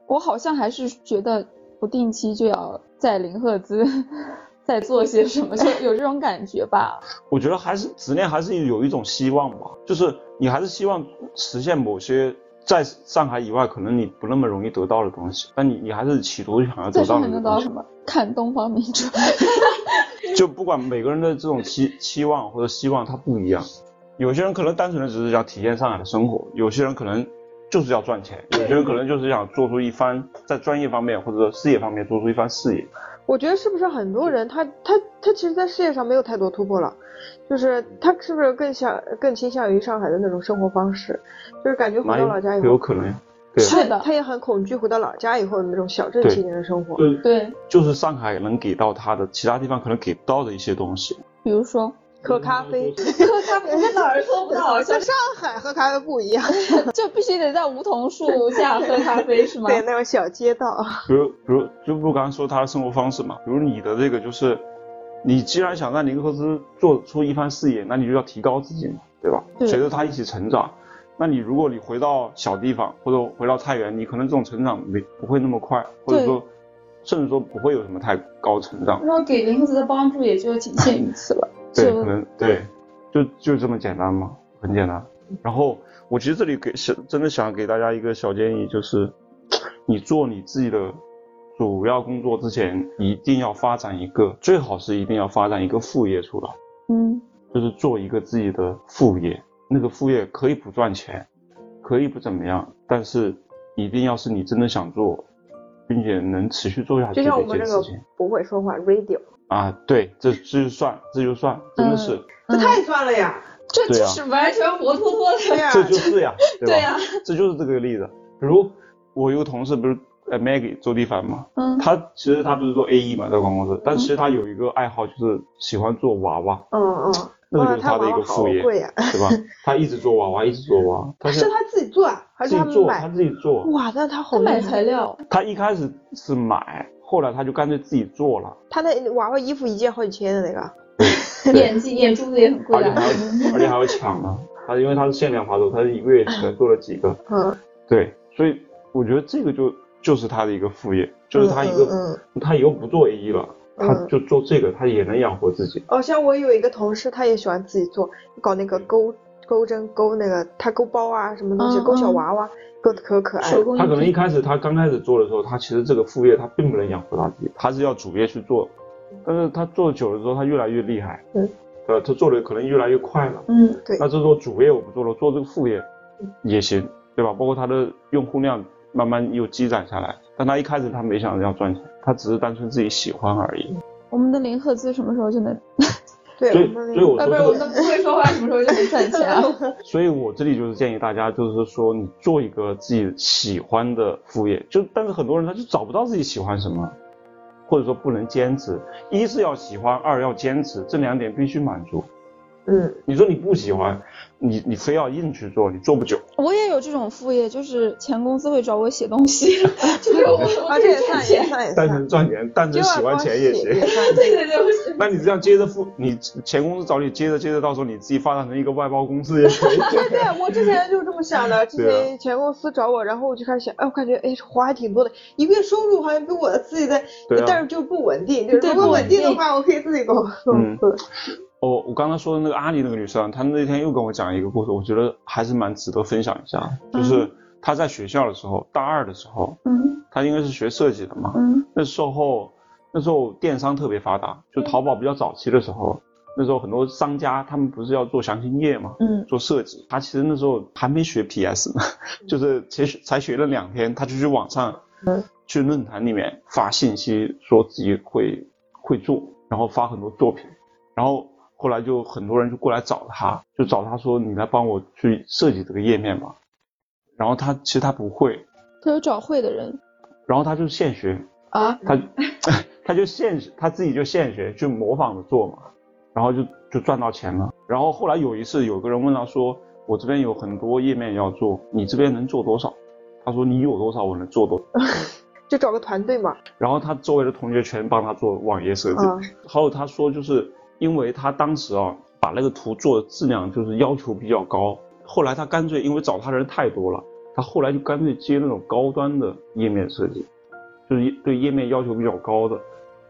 D: 我好像还是觉得不定期就要在林赫兹 再做些什么，就有这种感觉吧。
A: 我觉得还是执念还是有一种希望吧，就是你还是希望实现某些在上海以外可能你不那么容易得到的东西，但你你还是企图想要
D: 在
A: 得到
D: 上
A: 那
D: 海
A: 个
D: 能
A: 东
D: 到
A: 西
D: 什。么？看东方明珠。
A: 就不管每个人的这种期期望或者希望，它不一样。有些人可能单纯的只是想体验上海的生活，有些人可能就是要赚钱，有些人可能就是想做出一番在专业方面或者事业方面做出一番事业。
C: 我觉得是不是很多人他他他其实，在事业上没有太多突破了，就是他是不是更想更倾向于上海的那种生活方式，就是感觉回
A: 哪
C: 到老家以
A: 有
C: 后，
A: 可能？对
D: 是的
C: 他也很恐惧回到老家以后的那种小镇
A: 对
C: 青年的生活。
A: 对，
D: 对，
A: 就是上海能给到他的，其他地方可能给不到的一些东西。
D: 比如说，
C: 喝咖啡，
H: 喝咖啡在哪儿喝不到？像
C: 在上海喝咖啡不一样，
D: 就必须得在梧桐树下喝咖啡是吗？
C: 对那种小街道，
A: 比如，比如，就不如刚刚说他的生活方式嘛，比如你的这个就是，你既然想在林克斯做出一番事业，那你就要提高自己嘛，对吧？
D: 对
A: 随着他一起成长。那你如果你回到小地方或者回到太原，你可能这种成长没不会那么快，或者
D: 对
A: 说，甚至说不会有什么太高成长。
D: 然后给林克斯的帮助也就仅限于此了。
A: 对，
D: 就
A: 可能对，就就这么简单嘛，很简单。然后我其实这里给想真的想给大家一个小建议，就是你做你自己的主要工作之前，一定要发展一个，最好是一定要发展一个副业出来，
D: 嗯，
A: 就是做一个自己的副业。那个副业可以不赚钱，可以不怎么样，但是一定要是你真的想做，并且能持续做下去
C: 就
A: 的
C: 像我
A: 一
C: 们
A: 件
C: 这
A: 事
C: 个
A: 情。
C: 不会说话 radio，
A: 啊，对，这这就算，这就算，真的是，
C: 这
D: 嗯
C: 太赚了呀！
H: 嗯这
A: 对
H: 就
A: 啊
H: 是完全活脱脱的，
C: 对呀，
A: 这就是 呀，对吧？
C: 啊
H: 对啊呀，
A: 这就是这个例子。比如我有个同事，不是呃 Maggie 周蒂凡嘛，
D: 嗯
A: 他其实他不是做 A E 嘛，在广告公司，但其实他有一个爱好就是喜欢做娃娃，
C: 嗯嗯，
A: 那个
C: 哇，
A: 就是
C: 他
A: 的一
C: 娃
A: 个
C: 娃好
A: 副业，
C: 贵呀。啊
A: 对吧？ 他一直做娃娃，一直做娃娃，他
C: 是
A: 是
C: 他自己做啊还是
A: 自
C: 他
A: 己做，他
C: 买？
A: 自己做，
C: 哇，那他好
H: 他买
C: 厉
H: 材
C: 害！
H: 料，
A: 他一开始是买，后来他就干脆自己做了，
C: 他那娃娃衣服一件好几千的那个，
H: 眼镜眼珠子也很贵
C: 啊
H: 啊的。
A: 而且还要而 且还要抢呢。他因为他是限量发售，他一个月只能做了几个，
C: 嗯，
A: 对，所以我觉得这个就就是他的一个副业，就是他一个
C: 嗯嗯嗯
A: 他以后不做 A 一了，
C: 嗯
A: 他就做这个，他也能养活自己。
C: 哦，像我有一个同事，他也喜欢自己做，搞那个钩钩针钩那个，他钩包啊，什么东西，
D: 嗯
C: 钩小
D: 嗯
C: 娃娃，钩的可可爱
D: 手
C: 了。
D: 工
A: 他可能一
D: 艺品。
A: 开始他刚开始做的时候，他其实这个副业他并不能养活他自己，他是要主业去做，但是他做久了之后，他越来越厉害，
C: 嗯，
A: 呃，他做的可能越来越快了。
H: 嗯，
C: 对
A: 那这时候主业我不做了，做这个副业
C: 嗯
A: 也行，对吧？包括他的用户量慢慢又积攒下来，但他一开始他没想着要赚钱，他只是单纯自己喜欢而已。
D: 我们的林赫兹什么时候就能
C: 对，
A: 所以
C: 我们
A: 所以我
H: 要
A: 说
H: 哎不然
A: 这个
H: 我们都不会说话，什么时候就能赚钱啊？
A: 所以我这里就是建议大家，就是说你做一个自己喜欢的副业，就但是很多人他就找不到自己喜欢什么，或者说不能坚持。一是要喜欢，二要坚持，这两点必须满足。
C: 嗯，
A: 你说你不喜欢，你你非要硬去做，你做不久。
D: 我也有这种副业，就是前公司会找我写东西，
H: 就是我我
C: 啊，
H: 可
C: 这
H: 以
C: 也
H: 赚
C: 算也
H: 钱。
C: 算也
A: 单
C: 算，
A: 纯赚钱，单纯喜欢钱也 行。
C: 行。
H: 对对对，我是
A: 那你这样接着付，你前公司找你接着接着，到时候你自己发展成一个外包公司也 可以。
C: 对对，我之前就这么想的。之
A: 对啊
C: 前前公司找我，然后我就开始想，哎，我感觉哎花还挺多的，一个月收入好像比我自己的，
A: 对啊
C: 但是就不稳定。就是
H: 对
C: 如果
H: 不
C: 稳
H: 稳
C: 定的
H: 定
C: 话，我可以自己搞公
A: 嗯
C: 司。
A: 我我刚才说的那个阿里那个女生，她那天又跟我讲一个故事，我觉得还是蛮值得分享一下。就是她在学校的时候，大二的时候，
D: 嗯
A: 她应该是学设计的嘛。
D: 嗯
A: 那时候那时候电商特别发达，就淘宝比较早期的时候，那时候很多商家他们不是要做详情页嘛，
D: 嗯，
A: 做设计。她其实那时候还没学 PS 呢，就是其实才学了两天，她就去网上
D: 嗯
A: 去论坛里面发信息，说自己会会做，然后发很多作品，然后后来就很多人就过来找他，就找他说你来帮我去设计这个页面吧。然后他其实他不会，
D: 他有找会的人，
A: 然后他就现学，
H: 啊，
A: 他 他就现他自己就现学去模仿着做嘛，然后就就赚到钱了。然后后来有一次有个人问他说，我这边有很多页面要做，你这边能做多少？他说你有多少我能做多少。
C: 就找个团队嘛，
A: 然后他周围的同学全帮他做网页设计。
C: 嗯
A: 还有他说，就是因为他当时啊，把那个图做的质量就是要求比较高，后来他干脆因为找他人太多了，他后来就干脆接那种高端的页面设计，就是对页面要求比较高的，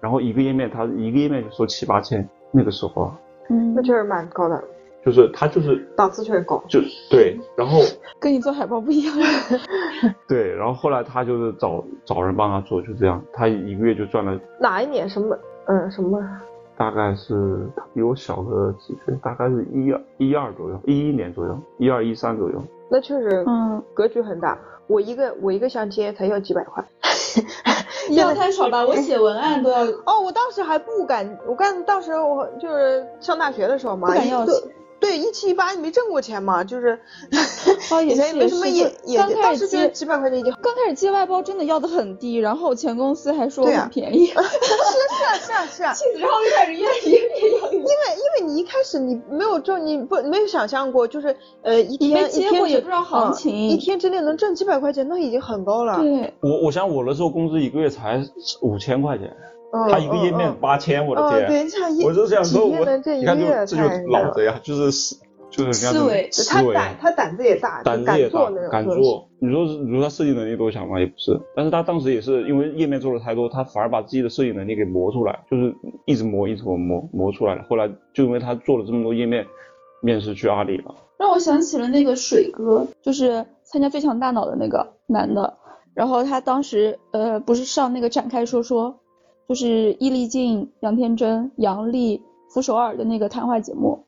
A: 然后一个页面他一个页面就收七八千，那个时候啊，
D: 嗯
C: 那，确实蛮高的，
A: 就是他就是
C: 档次确实高。
A: 就对，然后
D: 跟你做海报不一样。
A: 对，然后后来他就是找找人帮他做，就这样，他一个月就赚了
C: 哪一年什么？嗯，什么？
A: 大概是他比我小个几岁，大概是一二一二左右，一一年左右，一二一三左右。
C: 那确实
D: 嗯，
C: 格局很大。我一个我一个相亲才要几 百块。
H: 你要太少吧？我写文案都 要
C: 哦，我当时还不敢，我干当时我就是上大学的时候嘛，
D: 不敢
C: 一
D: 要
C: 个
D: 钱
C: 对，一七一八你没挣过钱嘛，就是，
D: 哦 也
C: 以前也
D: 是
C: 没什么
D: 是
C: 也也
D: 刚，开
C: 当
D: 始
C: 时
D: 啊
C: 觉
D: 接
C: 得几百块钱已经
D: 刚开始接外包真的要的很低，然后前公司还说我
C: 对啊
D: 很 便宜。
C: 是啊是啊是啊，
H: 气死，然后就开始越来越越要
C: 因为因为你一开始你没有挣，你不没有想象过，就是呃一
D: 你
C: 天
D: 没接
C: 一天
D: 过也
C: 之
D: 不知道行
C: 嗯
D: 情
C: 一天之内能挣几百块钱，那已经很高了。嗯
D: 对，
A: 我我想我那时候工资一个月才五千块钱，
C: 嗯，
A: 他一个页面
C: 嗯，
A: 八千，我
C: 嗯
A: 的
C: 嗯
A: 天！
C: 对，这样一
A: 我就想说，
C: 几
A: 我
C: 天能挣一
A: 你看就
C: 月
A: 这就
C: 太那
A: 老
C: 个
A: 子呀，就是思就是人家
H: 思维
A: 这种
C: 他
A: 思维
C: 胆他胆子也大，就
A: 胆子也大
C: 做那，种
A: 敢
C: 东西。
A: 做。你说是你说他设计能力多强吗？也不是，但是他当时也是因为页面做的太多，他反而把自己的设计能力给磨出来，就是一直磨，一直磨，磨磨出来了。后来就因为他做了这么多页面，面试去阿里了。
D: 让我想起了那个水哥，就是参加最强大脑的那个男的，然后他当时呃不是上那个展开说说，就是易立竞、杨天真、杨笠、傅首尔的那个谈话节目，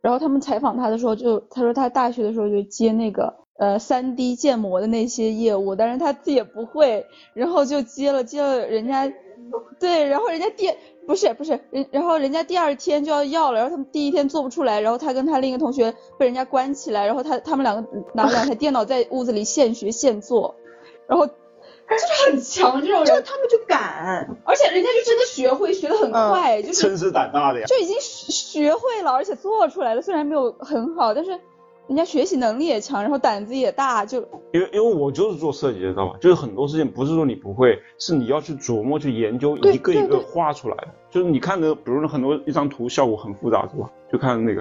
D: 然后他们采访他的时候就他说他大学的时候就接那个呃三 D 建模的那些业务，但是他自己也不会，然后就接了接了人家，对，然后人家第不是不是人，然后人家第二天就要要了，然后他们第一天做不出来，然后他跟他另一个同学被人家关起来，然后他他们两个拿了两台电脑在屋子里现学现做， 然后
H: 很强这种
C: 就是
H: 人，
C: 他们就敢，
H: 而且人家就真的学会，学的很
D: 嗯
H: 快，就是
A: 师胆大的呀。
D: 就已经学会了，而且做出来了，虽然没有很好，但是人家学习能力也强，然后胆子也大，就
A: 因为因为我就是做设计的，知道吧？就是很多事情不是说你不会，是你要去琢磨、去研究，
C: 对
A: 一个一
C: 对
A: 个
C: 对
A: 画出来的。就是你看的，比如很多一张图效果很复杂，是吧？就看那个，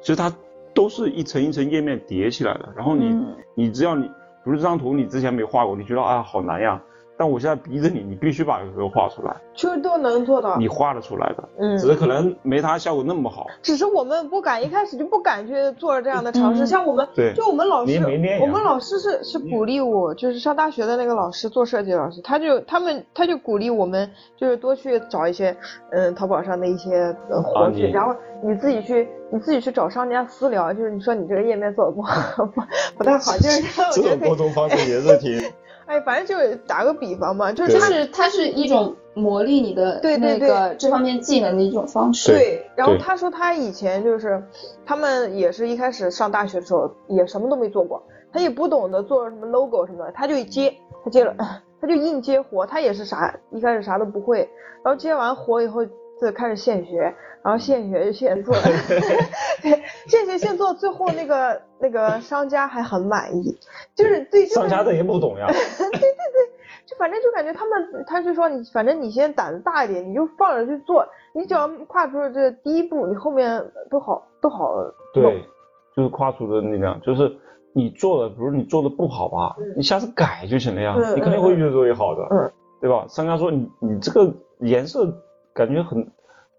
A: 其实它都是一层一层页面叠起来的。然后你、
D: 嗯
A: 你只要你，比如这张图你之前没画过，你觉得啊好难呀，但我现在逼着你，你必须把这个画出来，
C: 其实都能做到。
A: 你画得出来的，
C: 啊嗯，
A: 只是可能没它效果那么好。
C: 只是我们不敢，一开始就不敢去做这样的尝试。
D: 嗯
C: 像我们，
A: 对
C: 就我们老
A: 你
C: 师
A: 也没练，呀
C: 我们老师是是鼓励我，就是上大学的那个老师做设计的老师，他就他们他就鼓励我们，就是多去找一些嗯淘宝上的一些呃活
A: 啊
C: 计，
A: 你
C: 然后你自己去你自己去找商家私 聊，就是你说你这个页面做的不好不不太好，就是我
A: 这
C: 觉
A: 种
C: 得可以
A: 沟。通方式也是挺
C: 哎，反正就是打个比方嘛，就
A: 对
H: 就
C: 是他
H: 是它是一种磨砺你的
C: 对
H: 那
C: 对
H: 个这方面技能的一种方式。
C: 对，然后
A: 对
C: 他说他以前就是，他们也是一开始上大学的时候也什么都没做过，他也不懂得做什么 logo 什么的，他就接，他接了， 他就硬接活，他也是啥一开始啥都不会，然后接完活以后就开始现学，然后现学就现做，对， 现学现做，最后那个那个商家还很满意，就是对，就是
A: 商家的也不懂呀，
C: 就反正就感觉他们，他就说你，反正你先胆子大一点，你就放着去做，你只要
A: 嗯
C: 跨出了这第一步，你后面都好都好弄。嗯
A: 对，就是跨出的力量，就是你做了，比如你做的不好吧，你下次改就行了呀，
C: 嗯
A: 你肯定会越做越好的，
C: 嗯
A: 对吧？商家说你你这个颜色感觉很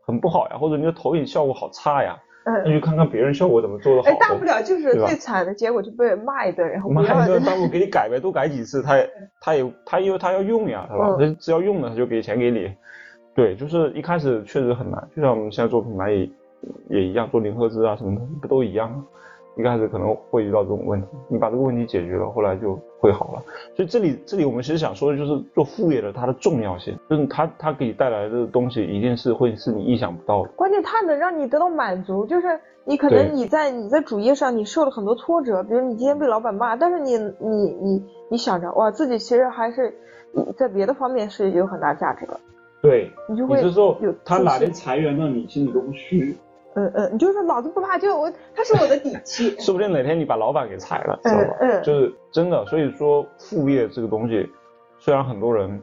A: 很不好呀，或者你的投影效果好差呀，那
C: 嗯，
A: 就看看别人效果怎么做的
C: 哎，
A: 好。
C: 大不了就是
A: 对吧
C: 最惨的结果就被骂一顿，然后
A: 妈
C: 不要
A: 呀，这大不给你改呗，多改几次，他也他也他因为他要用呀，是吧？他只要用了他就给钱给你。对，就是一开始确实很难，就像我们现在做品牌也也一样，做零赫兹啊什么的不都一样吗？一开始可能会遇到这种问题，你把这个问题解决了，后来就会好了。所以这里这里我们其实想说的就是做副业的它的重要性，就是它它给你带来的东西一定是会是你意想不到的。
C: 关键它能让你得到满足，就是你可
A: 对
C: 能你在你在主业上你受了很多挫折，比如你今天被老板骂，但是你你你你想着哇，自己其实还是你在别的方面是有很大价值的，
A: 对，
C: 你就
A: 你
C: 会
A: 这时候
C: 有
A: 他
C: 自
A: 哪
C: 信
A: 天裁员了你，心里都不虚，。
C: 嗯嗯，你就说老子不怕，就我他是我的底气
A: 说不定哪天你把老板给裁了，知
C: 嗯
A: 道吧？
C: 嗯，
A: 就是真的，所以说副业这个东西，虽然很多人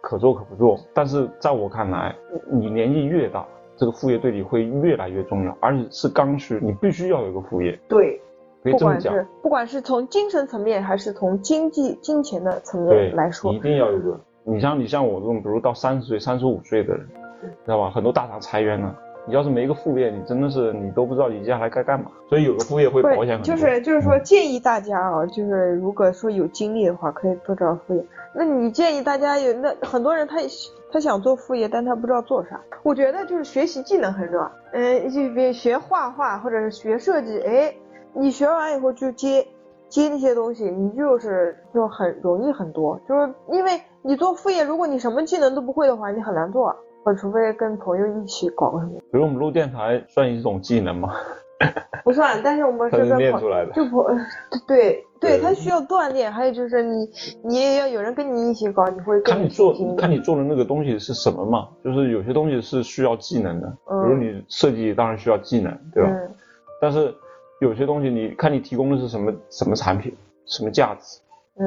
A: 可做可不做，但是在我看来，你年纪越大，这个副业对你会越来越重要，而且是刚需，你必须要有一个副业，
C: 对，
A: 可以
C: 不
A: 这么
C: 管
A: 讲，
C: 是不管是从精神层面还是从经济金钱的层
A: 对，
C: 面来说
A: 你一，定要有一个。你像你像我这种，比如到三十岁、三十五岁的人，知道吧？很多大厂裁员了。你要是没一个副业，你真的是你都不知道你接下来该干嘛。所以有个副业会
C: 不
A: 保
C: 是
A: 险很多。嗯
C: 就是就是说建议大家啊，就是如果说有精力的话，可以多找副业。那你建议大家有那很多人他他想做副业，但他不知道做啥。我觉得就是学习技能很重要，嗯，就别学画画或者是学设计，哎，你学完以后就接接那些东西，你就是就很容易很多，就是因为你做副业，如果你什么技能都不会的话，你很难做，呃，除非跟朋友一起搞个什么，
A: 比如我们录电台算一种技能嘛，
C: 不算，但是我们
A: 它
C: 是
A: 是
C: 跟
A: 练
C: 朋
A: 出来的。
C: 就不，呃对对，
A: 对
C: 他需要锻炼，还有就是你，你也要有人跟你一起搞，你嗯会
A: 看
C: 更
A: 你做
C: 经，历
A: 看你做的那个东西是什么嘛，就是有些东西是需要技能的，比如
C: 嗯
A: 你设计当然需要技能，对吧？
C: 嗯
A: 但是有些东西你看你提供的是什么什么产品，什么价值，
C: 嗯，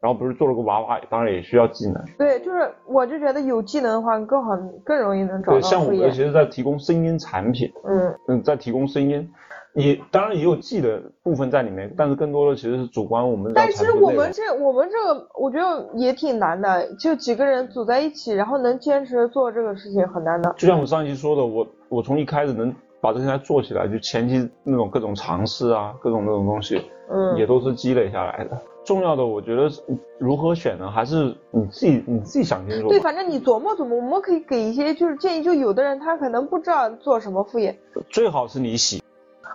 A: 然后不是做了个娃娃，当然也需要技能。
C: 对，就是我就觉得有技能的话，你更好，更容易能找
A: 对，
C: 到
A: 像我
C: 副
A: 们
C: 业
A: 其。实在提供声音产品，
C: 嗯，
A: 嗯，在提供声音，也当然也有技能部分在里面，但是更多的其实是主观我们聊
C: 但
A: 产
C: 是
A: 品
C: 我
A: 内容
C: 们这我们这个，我觉得也挺难的，就几个人组在一起，然后能坚持做这个事情很难的。
A: 就像我上一期说的，我我从一开始能把这个台做起来，就前期那种各种尝试啊，各种那种东西，
C: 嗯，
A: 也都是积累下来的。重要的，我觉得是如何选呢，还是你自己你自己想清楚吧。
C: 对，反正你琢磨琢磨，我们可以给一些就是建议，就有的人他可能不知道做什么副业，
A: 最好是你喜，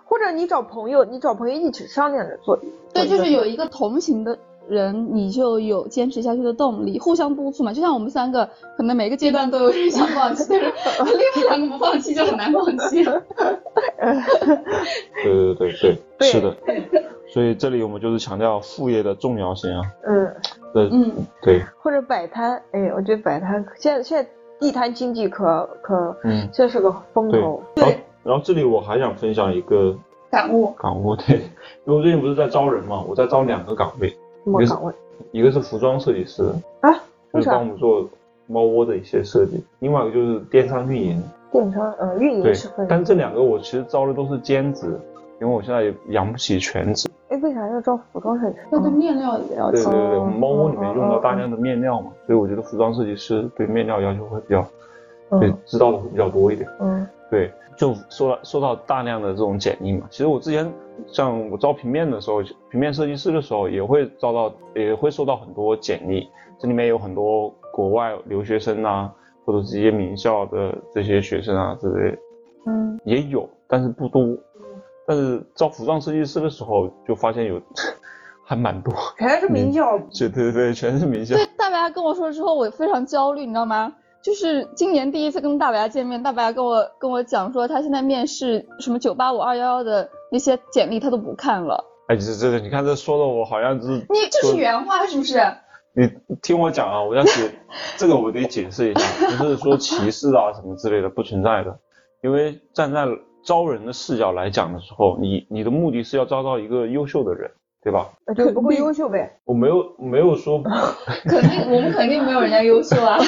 C: 或者你找朋友，你找朋友一起商量着做。
D: 对，就是有一个同行的人，你就有坚持下去的动力，互相督促嘛。就像我们三个，可能每个阶段都有人想放弃，但是 另外两个不放弃就很难放弃。
A: 对对对对，
C: 对
A: 是的。所以这里我们就是强调副业的重要性啊。
C: 嗯。
A: 对、
D: 嗯，
A: 对，
C: 或者摆摊，哎，我觉得摆摊现在现在地摊经济可可
A: 嗯。
C: 这是个风
A: 对
C: 头。
A: 然后然后这里我还想分享一个
H: 感悟
D: 嗯
A: 岗位， 对，因为我最近不是在招人嘛，我在招两个岗位，
C: 什么岗位？
A: 一个是服装设计师，
C: 啊，
A: 就
C: 为
A: 是
C: 啥
A: 帮我们做猫窝的一些设计；，另外一个就是电商运营，
C: 电商，嗯，运
A: 对
C: 营是分。。
A: 但这两个我其实招的都是兼职，因为我现在也养不起全职。
C: 哎，为啥要招服装设计师？
H: 要对面料也要
A: 对对对，
C: 哦
A: 我们猫窝里面用到大量的面料嘛，所以我觉得服装设计师对面料要求会比较，对
C: 嗯
A: 知道的会比较多一点。
C: 嗯
A: 对，就说到说到大量的这种剪映嘛，其实我之前像我招平面的时候，平面设计师的时候也会招到，也会收到很多简历，这里面有很多国外留学生啊，或者是一些名校的这些学生啊之类的，
D: 嗯，
A: 也
C: 嗯
A: 有，但是不多。但是招服装设计师的时候，就发现有。 还蛮多。
C: 全是名校，
A: 对对对，全是名校。
D: 对，大白跟我说之后，我非常焦虑，你知道吗？就是今年第一次跟大白见面，大白跟我跟我讲说，他现在面试什么九八五、二幺幺的那些简历他都不看了。
A: 哎，这这，你看这说的我好像是
D: 你这是原话是不是？
A: 你听我讲啊，我要解这个我得解释一下，不是说歧视啊什么之类的不存在的，因为站在招人的视角来讲的时候，你你的目的是要招到一个优秀的人，对吧？
C: 呃就不够优秀呗。
A: 我没有没有 说，
D: 肯定我们肯定没有人家优秀 啊。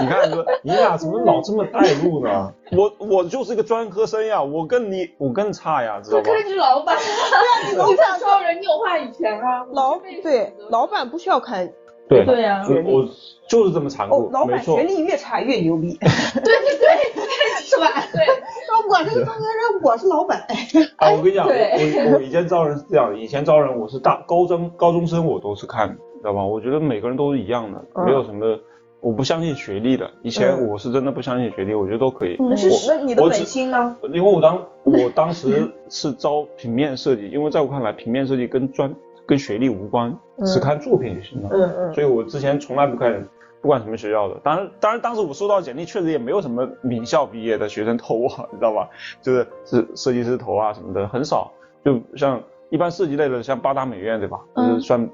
A: 你看哥，你俩怎么老这么带路呢？我我就是一个专科生呀，我跟你我更差呀，知道吧？
D: 是老板，啊
H: 你都想招人，你有话语权啊。
C: 老
H: 你是被
C: 对
H: 选择的
C: 老板不需要看
A: 对，啊
D: 对呀、
A: 我我就是这么残酷
C: 哦，，老
A: 没
C: 板
A: 错
C: 学。历越差越牛逼。
H: 是吧？对，
C: 那我这个中间人，我是老板。
A: 啊，我跟你讲，我
H: 对
A: 我我以前招人是这样的，以前招人我是大高中高中生我都是看的，知道吧？我觉得每个人都是一样的，
C: 嗯
A: 没有什么，我不相信学历的。以前
C: 嗯
A: 我是真的不相信学历，我觉得都可以。
C: 那是那你的
A: 我
C: 本
A: 只
C: 心呢？
A: 因为我 当我当时是招平面设计，因为在我看来，平面设计跟专跟学历无关，
C: 嗯
A: 只看作品就行了。
C: 嗯嗯，
A: 所以我之前从来不看，不管什么学校的。当然，当然当时我收到简历，确实也没有什么名校毕业的学生投我，你知道吧？就是是设计师投啊什么的很少。就像一般设计类的，像八大美院对吧？
D: 嗯
A: 就是算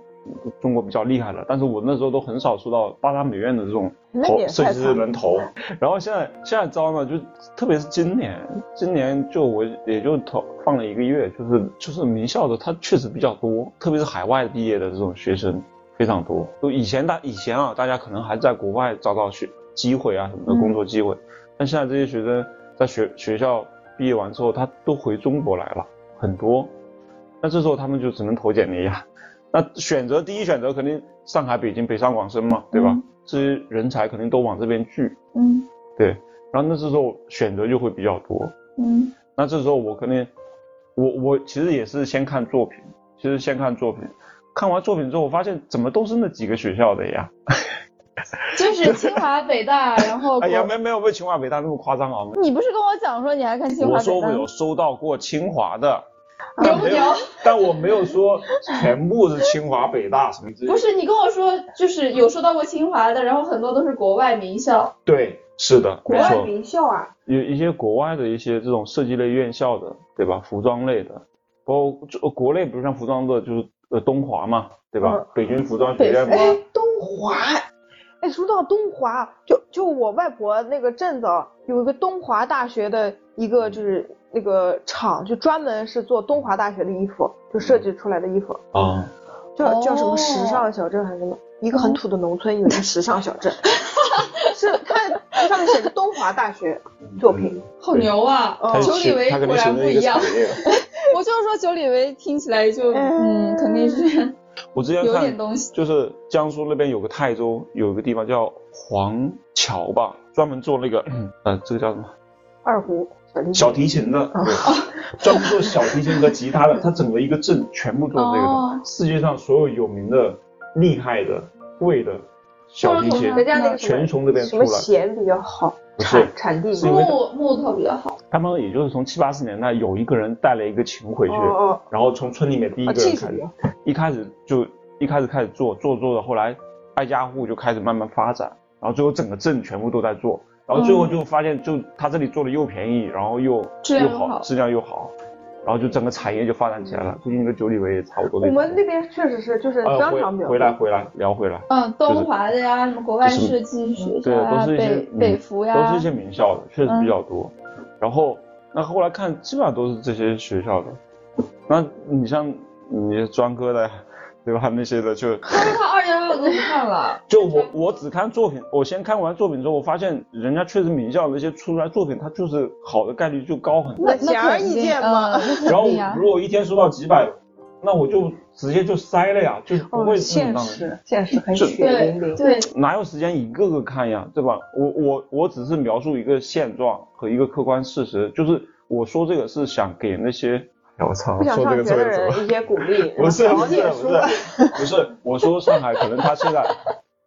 A: 中国比较厉害的，但是我那时候都很少收到八大美院的这种
C: 那
A: 投
C: 也
A: 设
C: 太
A: 计师
C: 惨了
A: 能投。然后现在现在招呢，就特别是今年，今年就我也就投放了一个月，就是就是名校的，它确实比较多，特别是海外毕业的这种学生非常多。就以前大以前啊，大家可能还在国外找到学机会啊什么的工作机会，但现在这些学生在学学校毕业完之后，他都回中国来了，很多。那这时候他们就只能投简历呀、那选择第一选择肯定上海、北京、北上广深嘛，对吧？
D: 嗯
A: 这些人才肯定都往这边聚，
D: 嗯
A: 对。然后那这时候选择就会比较多。
D: 嗯
A: 那这时候我肯定，我我其实也是先看作品，其实先看作品，看完作品之后，我发现怎么都是那几个学校的呀？
D: 就是清华北大，然后
A: 哎呀，
D: 国
A: 没没有没有清华北大那么夸张啊！
D: 你不是跟我讲说你还看清华
A: 我
D: 北大？
A: 说我有收到过清华的，
D: 牛
A: 但
D: 不
A: 没有
D: 牛？
A: 但我没有说全部是清华北大什么之类的
H: 不。是你跟我说，就是有收到过清华的，然后很多都是国外名校。
A: 对，是的，
C: 国
A: 没
C: 外
A: 错。
C: 名校啊，
A: 有一些国外的一些这种设计类院校的，对吧？服装类的，包括就呃国内，比如像服装的，就是呃东华嘛，对吧？
C: 嗯
A: 北京服装学院嘛，
C: 哎，东华。哎，说到东华，就就我外婆那个镇子啊有一个东华大学的一个
A: 嗯
C: 就是那个厂，就专门是做东华大学的衣服，就设
A: 嗯
C: 计出来的衣服，
A: 啊、
C: 叫叫什
D: 哦
C: 么时尚小镇还是什么？一个
A: 哦
C: 很土的农村有一个时尚小 镇，是它上面写着东华大学
A: 嗯
C: 作品，
H: 好牛啊！
C: 哦
A: 他
H: 九里
A: 学
H: 维
A: 他肯
H: 果
A: 定
H: 然
A: 选
H: 不
A: 择一
H: 一
A: 个
H: 样
A: 产。业了。
D: 我就是说九里维听起来就嗯
C: 嗯
D: 肯定是
A: 我之前
D: 有点
A: 看，
D: 东西。
A: 就是江苏那边有个泰州，有个地方叫黄桥吧，专门做那个， 呃，这个叫什么？
C: 二胡小
A: 小提
C: 提琴
A: 琴的，对，专门做小提琴和吉他的，他整个一个镇全部做这个
D: 哦
A: 的。世界上所有有名的、厉害的、贵的小提琴，
C: 人家那个什
A: 全
C: 么
A: 从那边
C: 什
A: 出
C: 么
A: 来。
C: 弦比较好，
A: 不是
C: 产产地
A: 是因为
H: 木木头比较好，
A: 他们也就是从七八十年代有一个人带了一个琴回去，
C: 哦哦，
A: 然后从村里面第一
C: 啊
A: 个人
C: 技
A: 开
C: 术比
A: 始，
C: 较好，
A: 一开始就一开始开始做，做做的后来挨家户就开始慢慢发展，然后最后整个镇全部都在做，然后最
C: 嗯
A: 后就发现就他这里做的又便宜，然后又
D: 质量又
A: 又
D: 好
A: 质量又好，然后就整个产业就发展起来了。估计那个九里维也差不多
C: 嗯
A: 类
C: 哦我
A: 似。
C: 们那边确实是就是
A: 呃
C: 当场比
A: 回回来
C: 较
A: 回来聊回来，
D: 嗯，东华的呀，什么国外
A: 就是
D: 设计学校
A: 对，
D: 呀，
A: 都是一些
D: 北北啊服呀，嗯
A: 嗯都是一些名校的，确实比较多。然后那后来看，基本上都是这些学校的。那你像你专科的，对吧？那些的 就
H: 但是看二幺幺都不看 了。
A: 就我我只看作品，我先看完作品之后，我发现人家确实名校的那些出来作品，它就是好的概率就高很多。
D: 那
C: 显而易见嘛
D: 那肯定嗯
A: 然
D: 那肯
A: 后
D: 定呀
A: 我如。果一天收到几百，那我就直接就塞了呀，就不
C: 哦，
A: 会这么
C: 现
A: 当人。
C: 实现实很
A: 是
C: 血
H: 对
C: 淋淋。
H: 对，
A: 哪有时间一个个看呀，对吧？我我我只是描述一个现状和一个客观事实，就是我说这个是想给那些，哎呀我操
C: 不想上学的
A: 么
C: 人一些鼓励，
A: 不是
C: 然后
A: 不是
C: 也
A: 不
C: 说
A: 是不是，我说上海可能他现在，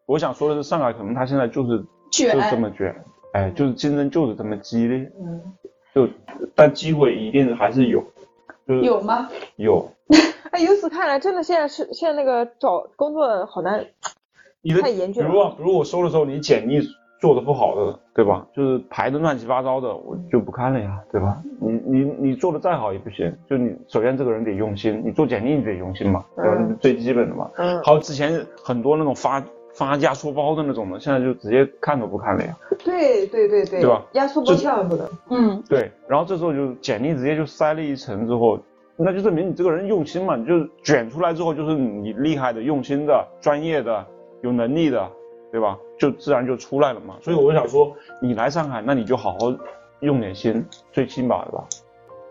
A: 我想说的是上海可能他现在就是 就
H: 卷
A: 是这么卷，哎，就是竞争就是这么激烈，
C: 嗯
A: 就但机会一定还是有，就是
H: 有吗？
A: 有，
C: 哎，由此看来，真的现在是现在那个找工作好难，
A: 你的
C: 太严
A: 比
C: 峻了
A: 如啊，比如我收的时候，你简历做的不好的，对吧？就是排的乱七八糟的，我就不看了呀，对吧？你你你做的再好也不行，就你首先这个人得用心，你做简历你得用心嘛，对吧？
C: 嗯
A: 这是最基本的嘛。
C: 嗯，
A: 还有之前很多那种发发压缩包的那种的，现在就直接看都不看了呀。
C: 对对对对，
A: 对吧
C: 压缩包
A: 这
C: 跳也不能。
H: 嗯，
A: 对，然后这时候就简历直接就塞了一层之后，那就证明你这个人用心嘛，你就是卷出来之后就是你厉害的、用心的、专业的、有能力的，对吧？就自然就出来了嘛。所以我就想说，你来上海，那你就好好用点心，最起码的吧，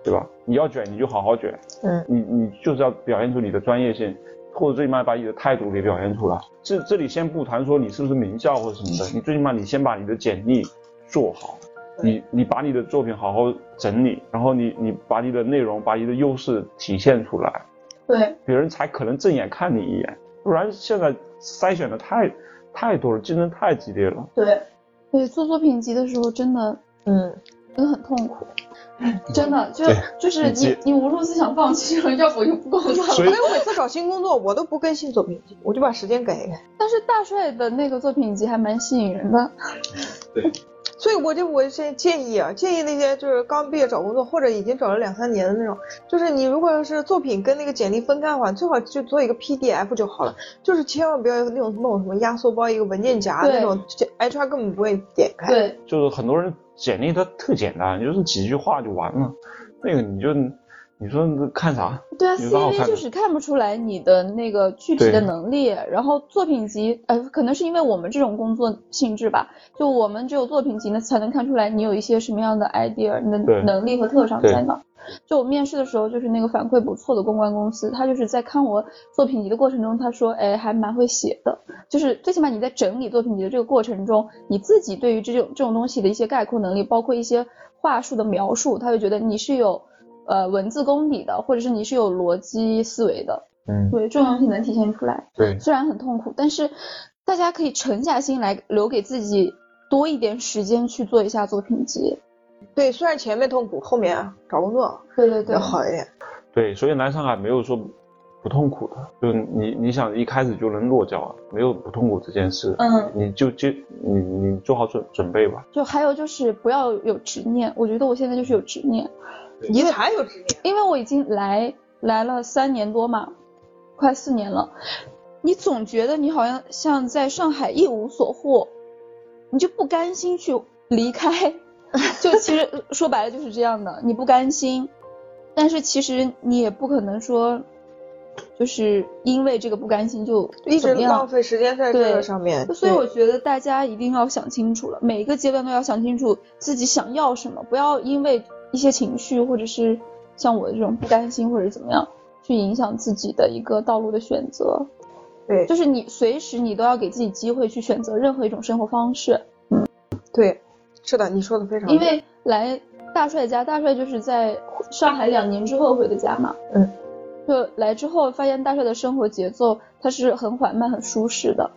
A: 对吧？你要卷你就好好卷，
C: 嗯，
A: 你你就是要表现出你的专业性。或者最起码把你的态度给表现出来。这这里先不谈说你是不是名校或者什么的，你最起码你先把你的简历做好，你你把你的作品好好整理，然后你你把你的内容、把你的优势体现出来，
H: 对，
A: 别人才可能正眼看你一眼。不然现在筛选的太太多了，竞争太激烈了。
H: 对，
D: 对，做作品集的时候真的
C: 嗯，
D: 真的很痛苦。
H: 真的就
A: 对
H: 就是
A: 你接
H: 你你无数次想放弃了，要不就不工作了。
A: 所
C: 所
A: 以
C: 以我每次找新工作，我都不更新作品集，我就把时间给给。
D: 但是大帅的那个作品集还蛮吸引人的，
C: 所以我就我先建议啊，建议那些就是刚毕业找工作或者已经找了两三年的那种，就是你如果是作品跟那个简历分开的话，最好就做一个 PDF 就好了，就是千万不要有那种弄什么压缩包一个文件夹
H: 对
C: 那种这，HR 根本不会点
A: 哎
C: 开。
H: 对，
A: 就是很多人简历他特简单，就是几句话就完了，那个你就你说看啥？
D: 对啊
A: 有啥好看
D: ，CV
A: 的
D: 就是看不出来你的那个具体
A: 对
D: 的能力，然后作品集，呃，可能是因为我们这种工作性质吧，就我们只有作品集呢才能看出来你有一些什么样的 idea，你的
A: 对
D: 能力和特长
A: 对
D: 在哪。就我面试的时候，就是那个反馈不错的公关公司，他就是在看我作品集的过程中，他说，哎，还蛮会写的，就是最起码你在整理作品集的这个过程中，你自己对于这种这种东西的一些概括能力，包括一些话术的描述，他会觉得你是有呃文字功底的，或者是你是有逻辑思维的，
A: 嗯，
D: 对这种东西能体现出来。
A: 对
D: 虽然很痛苦，但是大家可以沉下心来，留给自己多一点时间去做一下作品集。
C: 对，虽然前面痛苦，后面啊找工作
D: 对对对
C: 要，好一点。
A: 对，所以来上海没有说不痛苦的，就是你你想一开始就能落脚，没有不痛苦这件事。
H: 嗯，
A: 你就就你你做好准准备吧。
D: 就还有就是不要有执念，我觉得我现在就是有执念，
C: 你才有执念，
D: 因为我已经来来了三年多嘛，快四年了，你总觉得你好像像在上海一无所获，你就不甘心去离开，就其实说白了就是这样的，你不甘心，但是其实你也不可能说，就是因为这个不甘心就
C: 一直
D: 怎么样
C: 浪费时间在这
D: 对
C: 个上面。
D: 所以
C: 对
D: 我觉得大家一定要想清楚了，每一个阶段都要想清楚自己想要什么，不要因为一些情绪或者是像我这种不甘心或者怎么样，去影响自己的一个道路的选择。
C: 对
D: 就是你随时你都要给自己机会去选择任何一种生活方式，
C: 对，是的，你说的非常对。
D: 因为来大帅家，大帅就是在上海两年之后回的家嘛，
C: 嗯，
D: 就来之后发现大帅的生活节奏他是很缓慢、很舒适的，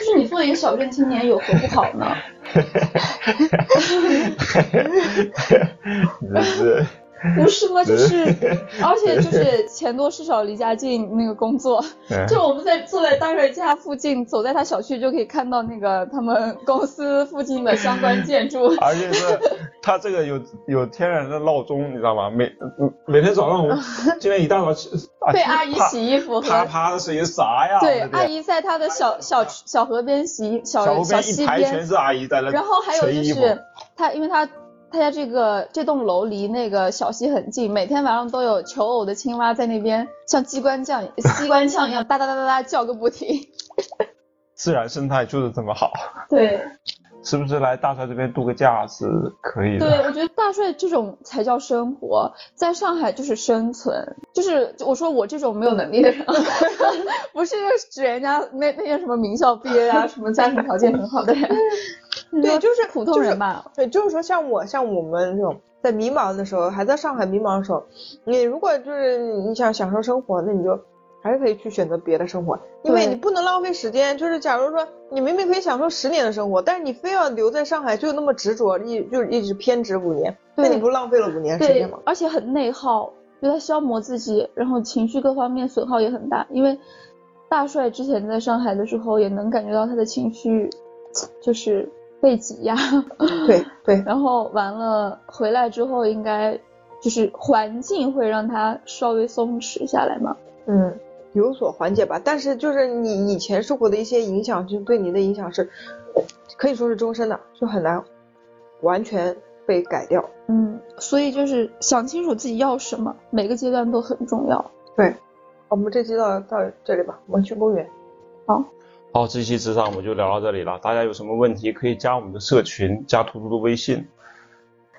D: 就是你作为一个小镇青年有何不好呢？
A: 你这是
D: 不是吗？就是，而且就是钱多事少离家近，那个工作，
A: 嗯
D: 就我们在坐在大帅家附近，走在他小区就可以看到那个他们公司附近的相关建筑。
A: 而且是他这个有有天然的闹钟，你知道吗？每嗯每天早上 我今天一大早起，啊
D: 被阿姨
A: 啪
D: 洗衣服
A: 啪
D: 和
A: 啪的声音啥呀？
D: 对
A: 我的天
D: 阿姨在她的小小小河边洗
A: 小
D: 小
A: 路
D: 小
A: 边一
D: 溪
A: 排全
D: 边，
A: 是阿姨在那捶衣服，
D: 然后还有就是她，因为她她家这个这栋楼离那个小溪很近，每天晚上都有求偶的青蛙在那边像机关枪机关枪一样哒哒哒哒哒叫个不停。
A: 自然生态就是这么好，
H: 对，
A: 是不是来大帅这边度个假是可以的？
D: 对，我觉得大帅这种才叫生活，在上海就是生存，就是我说我这种没有能力的人， 不是指人家那那些什么名校毕业啊，什么家庭条件很好的 人，
C: 对，就是
D: 普通人吧。
C: 对，就是说像我像我们这种在迷茫的时候，还在上海迷茫的时候，你如果就是你想享受生活，那你就还是可以去选择别的生活，因为
D: 对
C: 你不能浪费时间。就是假如说你明明可以享受十年的生活，但是你非要留在上海，就那么执着，一就一直偏执五年，那
D: 对
C: 你不浪费了五年时
D: 对
C: 间吗？，
D: 而且很内耗，就他消磨自己，然后情绪各方面损耗也很大。因为大帅之前在上海的时候，也能感觉到他的情绪就是被挤压，
C: 对对，
D: 然后完了回来之后，应该就是环境会让他稍微松弛下来嘛。
C: 嗯，有所缓解吧。但是就是你以前受过的一些影响，就对你的影响是可以说是终身的，就很难完全被改掉。哦
D: 嗯，所以就是想清楚自己要什么，每个阶段都很重要。
C: 我们这期到到这里吧，我们去公园。
A: 好，这期职场我们就聊到这里了。大家有什么问题可以加我们的社群，加图图的微信，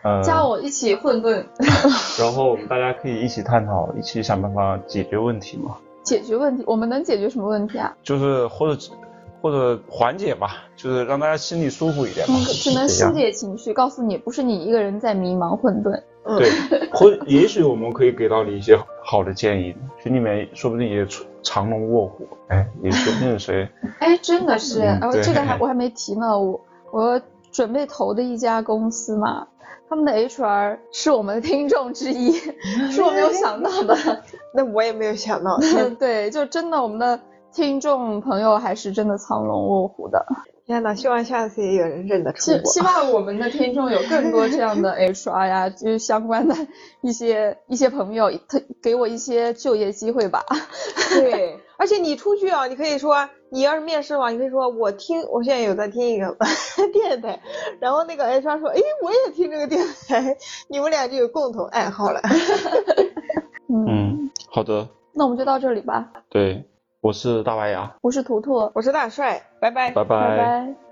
A: 呃，
H: 加我一起混混，
A: 然后我们大家可以一起探讨，一起想办法解决问题嘛。
D: 解决问题，我们能解决什么问题啊？
A: 就是或者或者缓解吧，就是让大家心里舒服一点嘛。
D: 嗯只能
A: 这样
D: 疏解情绪，告诉你不是你一个人在迷茫混沌。
C: 嗯
A: 对，或也许我们可以给到你一些好的建议，群里面说不定也出藏龙卧虎，哎，也说不定谁。
D: 哎，真的是，
A: 嗯
D: 然后
A: 对
D: 这个还我还没提呢，我我准备投的一家公司嘛，他们的 HR 是我们的听众之一， 是我没有想到的。
C: 那我也没有想到，
D: 嗯对，就真的我们的听众朋友还是真的藏龙卧虎的，
C: 天呐，希望下次也有人认得出
D: 希
C: 我。
D: 希望我们的听众有更多这样的 HR 呀，就是相关的一些一些朋友，他给我一些就业机会吧。
C: 对， 而且你出去啊，你可以说，你要是面试嘛，你可以说我听，我现在有在听一个 电台，然后那个 HR 说，哎，我也听这个电台，你们俩就有共同爱好了。
D: 嗯，
A: 嗯，好的，
D: 那我们就到这里吧。
A: 对，我是大白牙，
D: 我是图图，
C: 我是大帅，拜拜。
A: 拜
D: 拜拜